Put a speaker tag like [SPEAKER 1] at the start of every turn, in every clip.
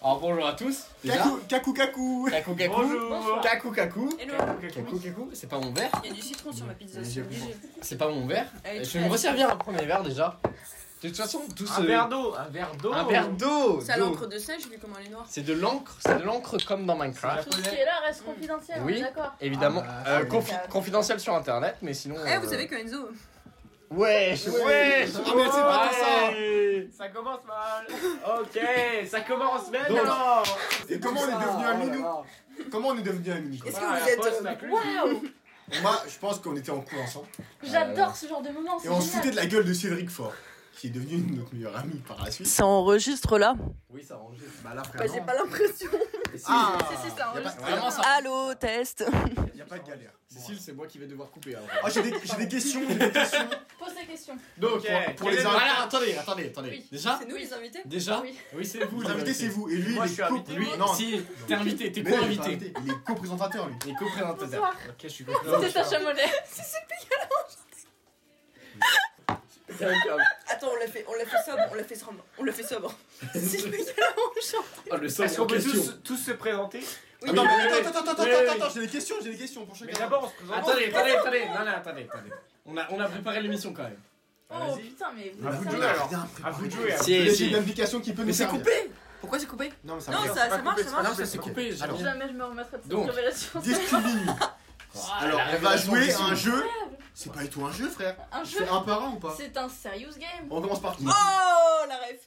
[SPEAKER 1] Alors bonjour à tous. Déjà,
[SPEAKER 2] Kaku, kaku, kaku.
[SPEAKER 1] Kaku Kaku.
[SPEAKER 3] Bonjour.
[SPEAKER 1] Kaku Kaku.
[SPEAKER 4] Hello
[SPEAKER 1] Kaku Kaku. C'est pas mon verre.
[SPEAKER 4] Il y a du citron sur ma pizza,
[SPEAKER 1] Mais
[SPEAKER 4] c'est
[SPEAKER 1] j'ai-
[SPEAKER 4] obligé.
[SPEAKER 1] C'est pas mon verre.
[SPEAKER 4] Allez,
[SPEAKER 1] Je
[SPEAKER 4] tu
[SPEAKER 1] vais me
[SPEAKER 4] vas-
[SPEAKER 1] resservir un premier verre déjà. De toute façon, tout ce.
[SPEAKER 3] Un verre d'eau, un verre d'eau.
[SPEAKER 1] Un verre d'eau.
[SPEAKER 4] Ça,
[SPEAKER 1] d'eau.
[SPEAKER 4] l'encre de sèche, vu comment elle est noire.
[SPEAKER 1] C'est de l'encre. C'est de l'encre comme dans Minecraft.
[SPEAKER 5] Tout ce qui est là reste confidentiel,
[SPEAKER 1] Oui.
[SPEAKER 5] on est d'accord.
[SPEAKER 1] Évidemment,
[SPEAKER 2] Ah,
[SPEAKER 1] euh,
[SPEAKER 2] c'est-
[SPEAKER 1] confi- confidentiel sur internet, mais sinon. euh,
[SPEAKER 4] Eh, vous savez qu'Enzo.
[SPEAKER 1] Ouais,
[SPEAKER 2] Ouais.
[SPEAKER 1] ouais.
[SPEAKER 2] Ah, mais c'est pas ça.
[SPEAKER 3] Ça commence mal. Ok, ça commence mal.
[SPEAKER 2] Donc-
[SPEAKER 3] alors.
[SPEAKER 2] Et comment on est devenu amis, nous Comment on est devenu amis quoi
[SPEAKER 4] oh Est-ce que
[SPEAKER 3] Ah,
[SPEAKER 4] vous
[SPEAKER 3] la
[SPEAKER 4] êtes.
[SPEAKER 3] poste
[SPEAKER 4] euh,
[SPEAKER 3] m'a plu.
[SPEAKER 5] Waouh
[SPEAKER 2] Moi, je pense qu'on était en cours ensemble.
[SPEAKER 1] Euh,
[SPEAKER 5] J'adore ce genre de moment,
[SPEAKER 2] Et
[SPEAKER 5] c'est
[SPEAKER 2] on se foutait
[SPEAKER 5] génial.
[SPEAKER 2] de la gueule de Cédric Fort, qui est devenu notre meilleur ami par la suite.
[SPEAKER 6] Ça enregistre là.
[SPEAKER 2] Oui, ça enregistre. Bah là, frère.
[SPEAKER 4] Bah, j'ai pas l'impression.
[SPEAKER 2] Ah
[SPEAKER 4] Si, si, ça
[SPEAKER 2] y a pas-
[SPEAKER 4] enregistre.
[SPEAKER 2] vraiment, ça-
[SPEAKER 6] Allô, test.
[SPEAKER 2] y a pas de galère.
[SPEAKER 1] Cécile, c'est moi qui vais devoir couper. alors.
[SPEAKER 2] Oh, j'ai des, j'ai des questions, j'ai des questions.
[SPEAKER 5] Pose tes questions.
[SPEAKER 2] Donc,
[SPEAKER 3] Ok.
[SPEAKER 2] pour, pour les
[SPEAKER 3] Quel est
[SPEAKER 2] invités,
[SPEAKER 1] Voilà, attendez, attendez, attendez.
[SPEAKER 5] Oui.
[SPEAKER 1] Déjà,
[SPEAKER 4] C'est nous les invités
[SPEAKER 1] déjà.
[SPEAKER 5] Oui.
[SPEAKER 1] Oui, c'est vous.
[SPEAKER 2] vous
[SPEAKER 1] les
[SPEAKER 2] invitez, c'est vous. Et lui,
[SPEAKER 3] Moi,
[SPEAKER 2] il
[SPEAKER 3] je
[SPEAKER 2] est
[SPEAKER 3] suis
[SPEAKER 2] co-
[SPEAKER 3] invité,
[SPEAKER 1] Lui,
[SPEAKER 3] moi.
[SPEAKER 2] non,
[SPEAKER 1] si, t'es invité, t'es
[SPEAKER 2] mais non, il est pas
[SPEAKER 1] co-invité.
[SPEAKER 2] invité, Il est co-présentateur, lui.
[SPEAKER 1] Les co-présentateurs.
[SPEAKER 5] Bonsoir.
[SPEAKER 1] Ok, je suis
[SPEAKER 5] C'est
[SPEAKER 1] co-présentateur.
[SPEAKER 5] Sacha Mollet.
[SPEAKER 4] Attends, on l'a fait, on l'a fait sobre, on l'a fait sobre. On l'a fait sobre. Si je me gale on chante.
[SPEAKER 1] Oh, le sol
[SPEAKER 3] Est-ce qu'on
[SPEAKER 1] en
[SPEAKER 3] peut
[SPEAKER 1] question.
[SPEAKER 3] tous, tous se présenter
[SPEAKER 4] Oui,
[SPEAKER 2] Attends,
[SPEAKER 3] oui,
[SPEAKER 2] mais
[SPEAKER 3] oui,
[SPEAKER 2] attends, attends, attends,
[SPEAKER 3] oui,
[SPEAKER 2] attends,
[SPEAKER 3] oui.
[SPEAKER 2] attends, j'ai des questions, j'ai des questions pour
[SPEAKER 3] Mais
[SPEAKER 2] chacun.
[SPEAKER 3] d'abord, on se présente.
[SPEAKER 1] Attendez, attendez, attendez. Non, non, attendez, attendez. On a, on a préparé l'émission quand même.
[SPEAKER 5] Oh
[SPEAKER 3] Vas-y.
[SPEAKER 5] putain, mais vous
[SPEAKER 3] À
[SPEAKER 5] êtes
[SPEAKER 3] vous de
[SPEAKER 5] sérieux
[SPEAKER 3] jouer alors.
[SPEAKER 2] Bien
[SPEAKER 3] À
[SPEAKER 2] préparé.
[SPEAKER 3] vous de jouer. à vous.
[SPEAKER 1] Si,
[SPEAKER 2] Là, j'ai une application qui peut nous
[SPEAKER 1] Mais c'est
[SPEAKER 2] servir.
[SPEAKER 1] coupé
[SPEAKER 4] Pourquoi c'est coupé
[SPEAKER 2] Non, mais ça
[SPEAKER 4] Non,
[SPEAKER 2] marche.
[SPEAKER 4] ça, ça
[SPEAKER 2] Ah
[SPEAKER 4] marche, ça marche.
[SPEAKER 1] Non, ça s'est coupé. j'ai
[SPEAKER 2] Alors,
[SPEAKER 1] rien.
[SPEAKER 5] Jamais je me remettrai de cette
[SPEAKER 1] Donc.
[SPEAKER 5] révélation.
[SPEAKER 2] 10 petites minutes. Alors, on va jouer à un jeu. C'est pas du tout un jeu, frère.
[SPEAKER 5] Un jeu,
[SPEAKER 2] C'est un par un ou pas
[SPEAKER 5] c'est un serious game.
[SPEAKER 2] On commence par qui
[SPEAKER 4] Oh, la ref.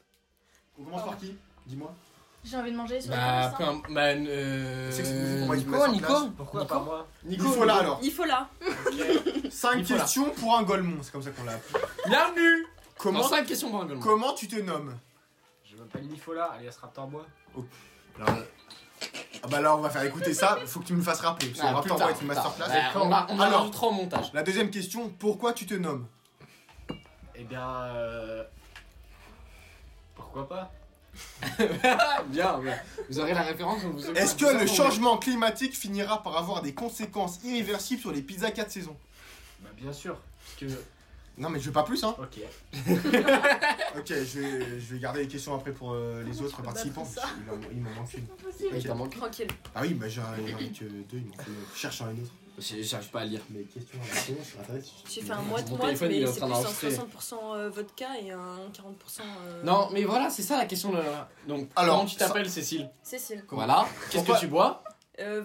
[SPEAKER 2] On commence par qui Dis-moi.
[SPEAKER 5] J'ai envie de manger sur
[SPEAKER 1] Bah,
[SPEAKER 5] le
[SPEAKER 1] peu
[SPEAKER 5] sein.
[SPEAKER 1] importe. Bah, euh.
[SPEAKER 2] Tu sais que c'est une musique qu'on va y
[SPEAKER 1] Nico,
[SPEAKER 2] mettre en
[SPEAKER 1] Nico.
[SPEAKER 2] place.
[SPEAKER 3] Pourquoi
[SPEAKER 1] Nico
[SPEAKER 3] pas moi
[SPEAKER 2] Nico, faut là alors.
[SPEAKER 4] Il faut là.
[SPEAKER 2] Cinq
[SPEAKER 1] Nicolas.
[SPEAKER 2] questions pour un golemon, c'est comme ça qu'on l'a appelé.
[SPEAKER 1] Bienvenue Comment
[SPEAKER 2] Comment,
[SPEAKER 1] ça, une question pour un golemon
[SPEAKER 2] comment tu te nommes
[SPEAKER 3] Je m'appelle Nifola, alias Raptor-moi.
[SPEAKER 1] euh,
[SPEAKER 2] Ah bah là, on va faire écouter ça, faut que tu me fasses rappeler. Parce que
[SPEAKER 1] Ah, plus
[SPEAKER 2] Raptor
[SPEAKER 1] tard,
[SPEAKER 2] Boy est une
[SPEAKER 1] plus tard.
[SPEAKER 2] masterclass.
[SPEAKER 1] Bah, on va, on va
[SPEAKER 2] Alors.
[SPEAKER 1] l'enregistrer en montage.
[SPEAKER 2] La deuxième question, pourquoi tu te nommes
[SPEAKER 3] Eh bien. euh, Pourquoi pas
[SPEAKER 1] bien, bien. Vous aurez la référence. donc vous saurez-
[SPEAKER 2] Ah, Est-ce que
[SPEAKER 1] vous saurez-
[SPEAKER 2] le changement climatique finira par avoir des conséquences irréversibles sur les pizzas 4 saisons
[SPEAKER 3] Bah, bien sûr. Parce que.
[SPEAKER 2] Non mais je veux pas plus hein
[SPEAKER 3] Ok.
[SPEAKER 2] Ok, je vais, je vais garder les questions après pour euh, les autres participants.
[SPEAKER 5] ça.
[SPEAKER 2] Il m'en- Il m'en manque une.
[SPEAKER 5] Impossible.
[SPEAKER 1] Il t'en manque.
[SPEAKER 4] Tranquille.
[SPEAKER 2] Ah oui, bah j'en j'en ai que deux, il m'en faut. Je cherche un autre.
[SPEAKER 1] J'ai- J'arrive pas à lire.
[SPEAKER 2] Mais question à la question sur internet.
[SPEAKER 4] J'ai fait un
[SPEAKER 1] mois
[SPEAKER 4] mois
[SPEAKER 1] de
[SPEAKER 4] de
[SPEAKER 1] Mon moite, téléphone, mais il est
[SPEAKER 4] mais
[SPEAKER 1] en
[SPEAKER 4] c'est
[SPEAKER 1] c'est
[SPEAKER 4] plus
[SPEAKER 1] train plus un d'enregistrer.
[SPEAKER 4] un 60% euh, vodka et un 40%.
[SPEAKER 1] Non, mais voilà, c'est ça la question. Là. Donc,
[SPEAKER 2] Alors,
[SPEAKER 1] comment tu t'appelles, Cécile
[SPEAKER 4] Cécile. Euh,
[SPEAKER 1] Voilà. Qu'est-ce
[SPEAKER 2] Pourquoi-
[SPEAKER 1] que tu bois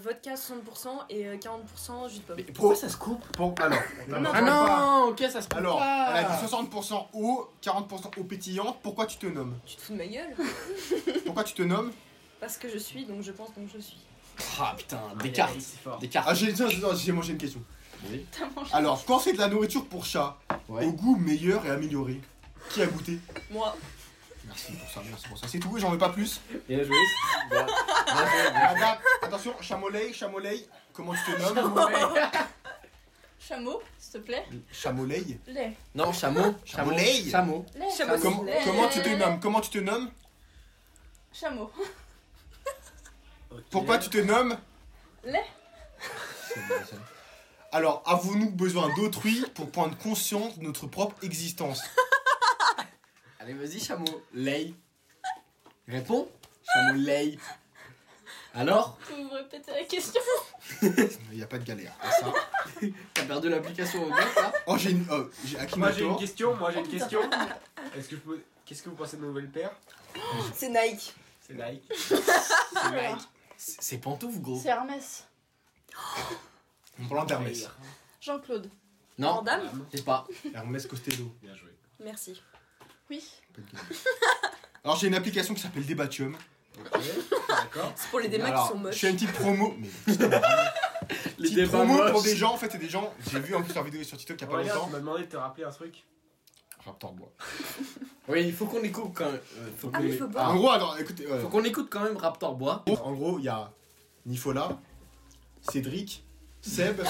[SPEAKER 4] vodka 60% et euh, 40% jus de pomme.
[SPEAKER 1] Mais Pourquoi ça se coupe
[SPEAKER 2] Bon, alors,
[SPEAKER 3] Non,
[SPEAKER 1] Ah non, ok, ça se coupe.
[SPEAKER 2] alors,
[SPEAKER 1] pas.
[SPEAKER 2] elle a dit 60% eau, 40% eau pétillante. Pourquoi tu te nommes
[SPEAKER 4] Tu te fous de ma gueule
[SPEAKER 2] Pourquoi tu te nommes
[SPEAKER 4] Parce que je suis, donc je pense, donc je suis.
[SPEAKER 1] Ah putain, des cartes.
[SPEAKER 3] C'est fort.
[SPEAKER 1] Des cartes.
[SPEAKER 2] Ah, j'ai tiens, tiens, j'ai mangé une question.
[SPEAKER 5] T'as mangé.
[SPEAKER 2] Alors, quand c'est de la nourriture pour chat,
[SPEAKER 1] Ouais.
[SPEAKER 2] au goût meilleur et amélioré, qui a goûté
[SPEAKER 4] Moi.
[SPEAKER 2] Merci pour ça, merci pour ça. C'est tout, j'en veux pas plus.
[SPEAKER 3] Bien joué.
[SPEAKER 1] Ah,
[SPEAKER 2] Madame, attention, Chamolay, Chamolay, comment tu te nommes
[SPEAKER 5] Chameau, s'il te plaît.
[SPEAKER 2] Chamolay
[SPEAKER 5] Lait.
[SPEAKER 1] Non, chameau. Chameau.
[SPEAKER 2] Chamoleille.
[SPEAKER 1] Chameau.
[SPEAKER 5] Lait.
[SPEAKER 4] Chameau.
[SPEAKER 2] Comment-
[SPEAKER 4] Lait.
[SPEAKER 2] Comment tu te nommes Comment tu te nommes
[SPEAKER 5] Chameau.
[SPEAKER 2] Pourquoi tu te nommes
[SPEAKER 5] Lait.
[SPEAKER 2] Alors, avons-nous besoin d'autrui pour prendre conscience de notre propre existence
[SPEAKER 1] Allez, vas-y, chameau. Lay. Réponds. Chameau lay. Alors,
[SPEAKER 5] Vous me répétez la question
[SPEAKER 2] Il n'y a pas de galère. à ça.
[SPEAKER 1] t'as perdu l'application au gars, ça
[SPEAKER 2] Oh, j'ai une. Oh, j'ai acquis
[SPEAKER 3] Moi j'ai une question, moi
[SPEAKER 5] Oh,
[SPEAKER 3] j'ai une question. Est-ce que je peux... Qu'est-ce que vous pensez de nos nouvelles paires
[SPEAKER 4] C'est Nike.
[SPEAKER 3] C'est Nike. C'est Nike.
[SPEAKER 1] C'est c'est pantoufle, gros.
[SPEAKER 5] C'est Hermès.
[SPEAKER 2] Mon plan d'Hermès.
[SPEAKER 5] Jean-Claude.
[SPEAKER 1] Non,
[SPEAKER 3] Ah,
[SPEAKER 4] Vandame
[SPEAKER 1] c'est pas.
[SPEAKER 2] Hermès Costello.
[SPEAKER 3] Bien joué.
[SPEAKER 4] Merci.
[SPEAKER 5] Oui.
[SPEAKER 2] Alors, j'ai une application qui s'appelle Debatium.
[SPEAKER 3] Ok, d'accord.
[SPEAKER 4] C'est pour les débats
[SPEAKER 2] Alors,
[SPEAKER 4] qui sont
[SPEAKER 2] Je
[SPEAKER 4] moches.
[SPEAKER 2] fais une petite promo. Mais
[SPEAKER 1] Les
[SPEAKER 2] petite promo
[SPEAKER 1] moches.
[SPEAKER 2] pour des gens. En fait, c'est des gens. J'ai vu en plus leur vidéo sur TikTok il n'y a pas
[SPEAKER 3] Aurélien,
[SPEAKER 2] longtemps.
[SPEAKER 3] tu m'as demandé de te rappeler un truc. Ah,
[SPEAKER 2] Raptor bois.
[SPEAKER 1] Oui, il faut qu'on écoute quand même. euh, faut
[SPEAKER 4] Ah
[SPEAKER 1] qu'on
[SPEAKER 4] oui,
[SPEAKER 1] é-
[SPEAKER 4] faut pas.
[SPEAKER 2] En gros, alors, écoutez. euh,
[SPEAKER 1] faut qu'on écoute quand même Raptor Bois.
[SPEAKER 2] En gros, il y a Nifola, Cédric, Seb,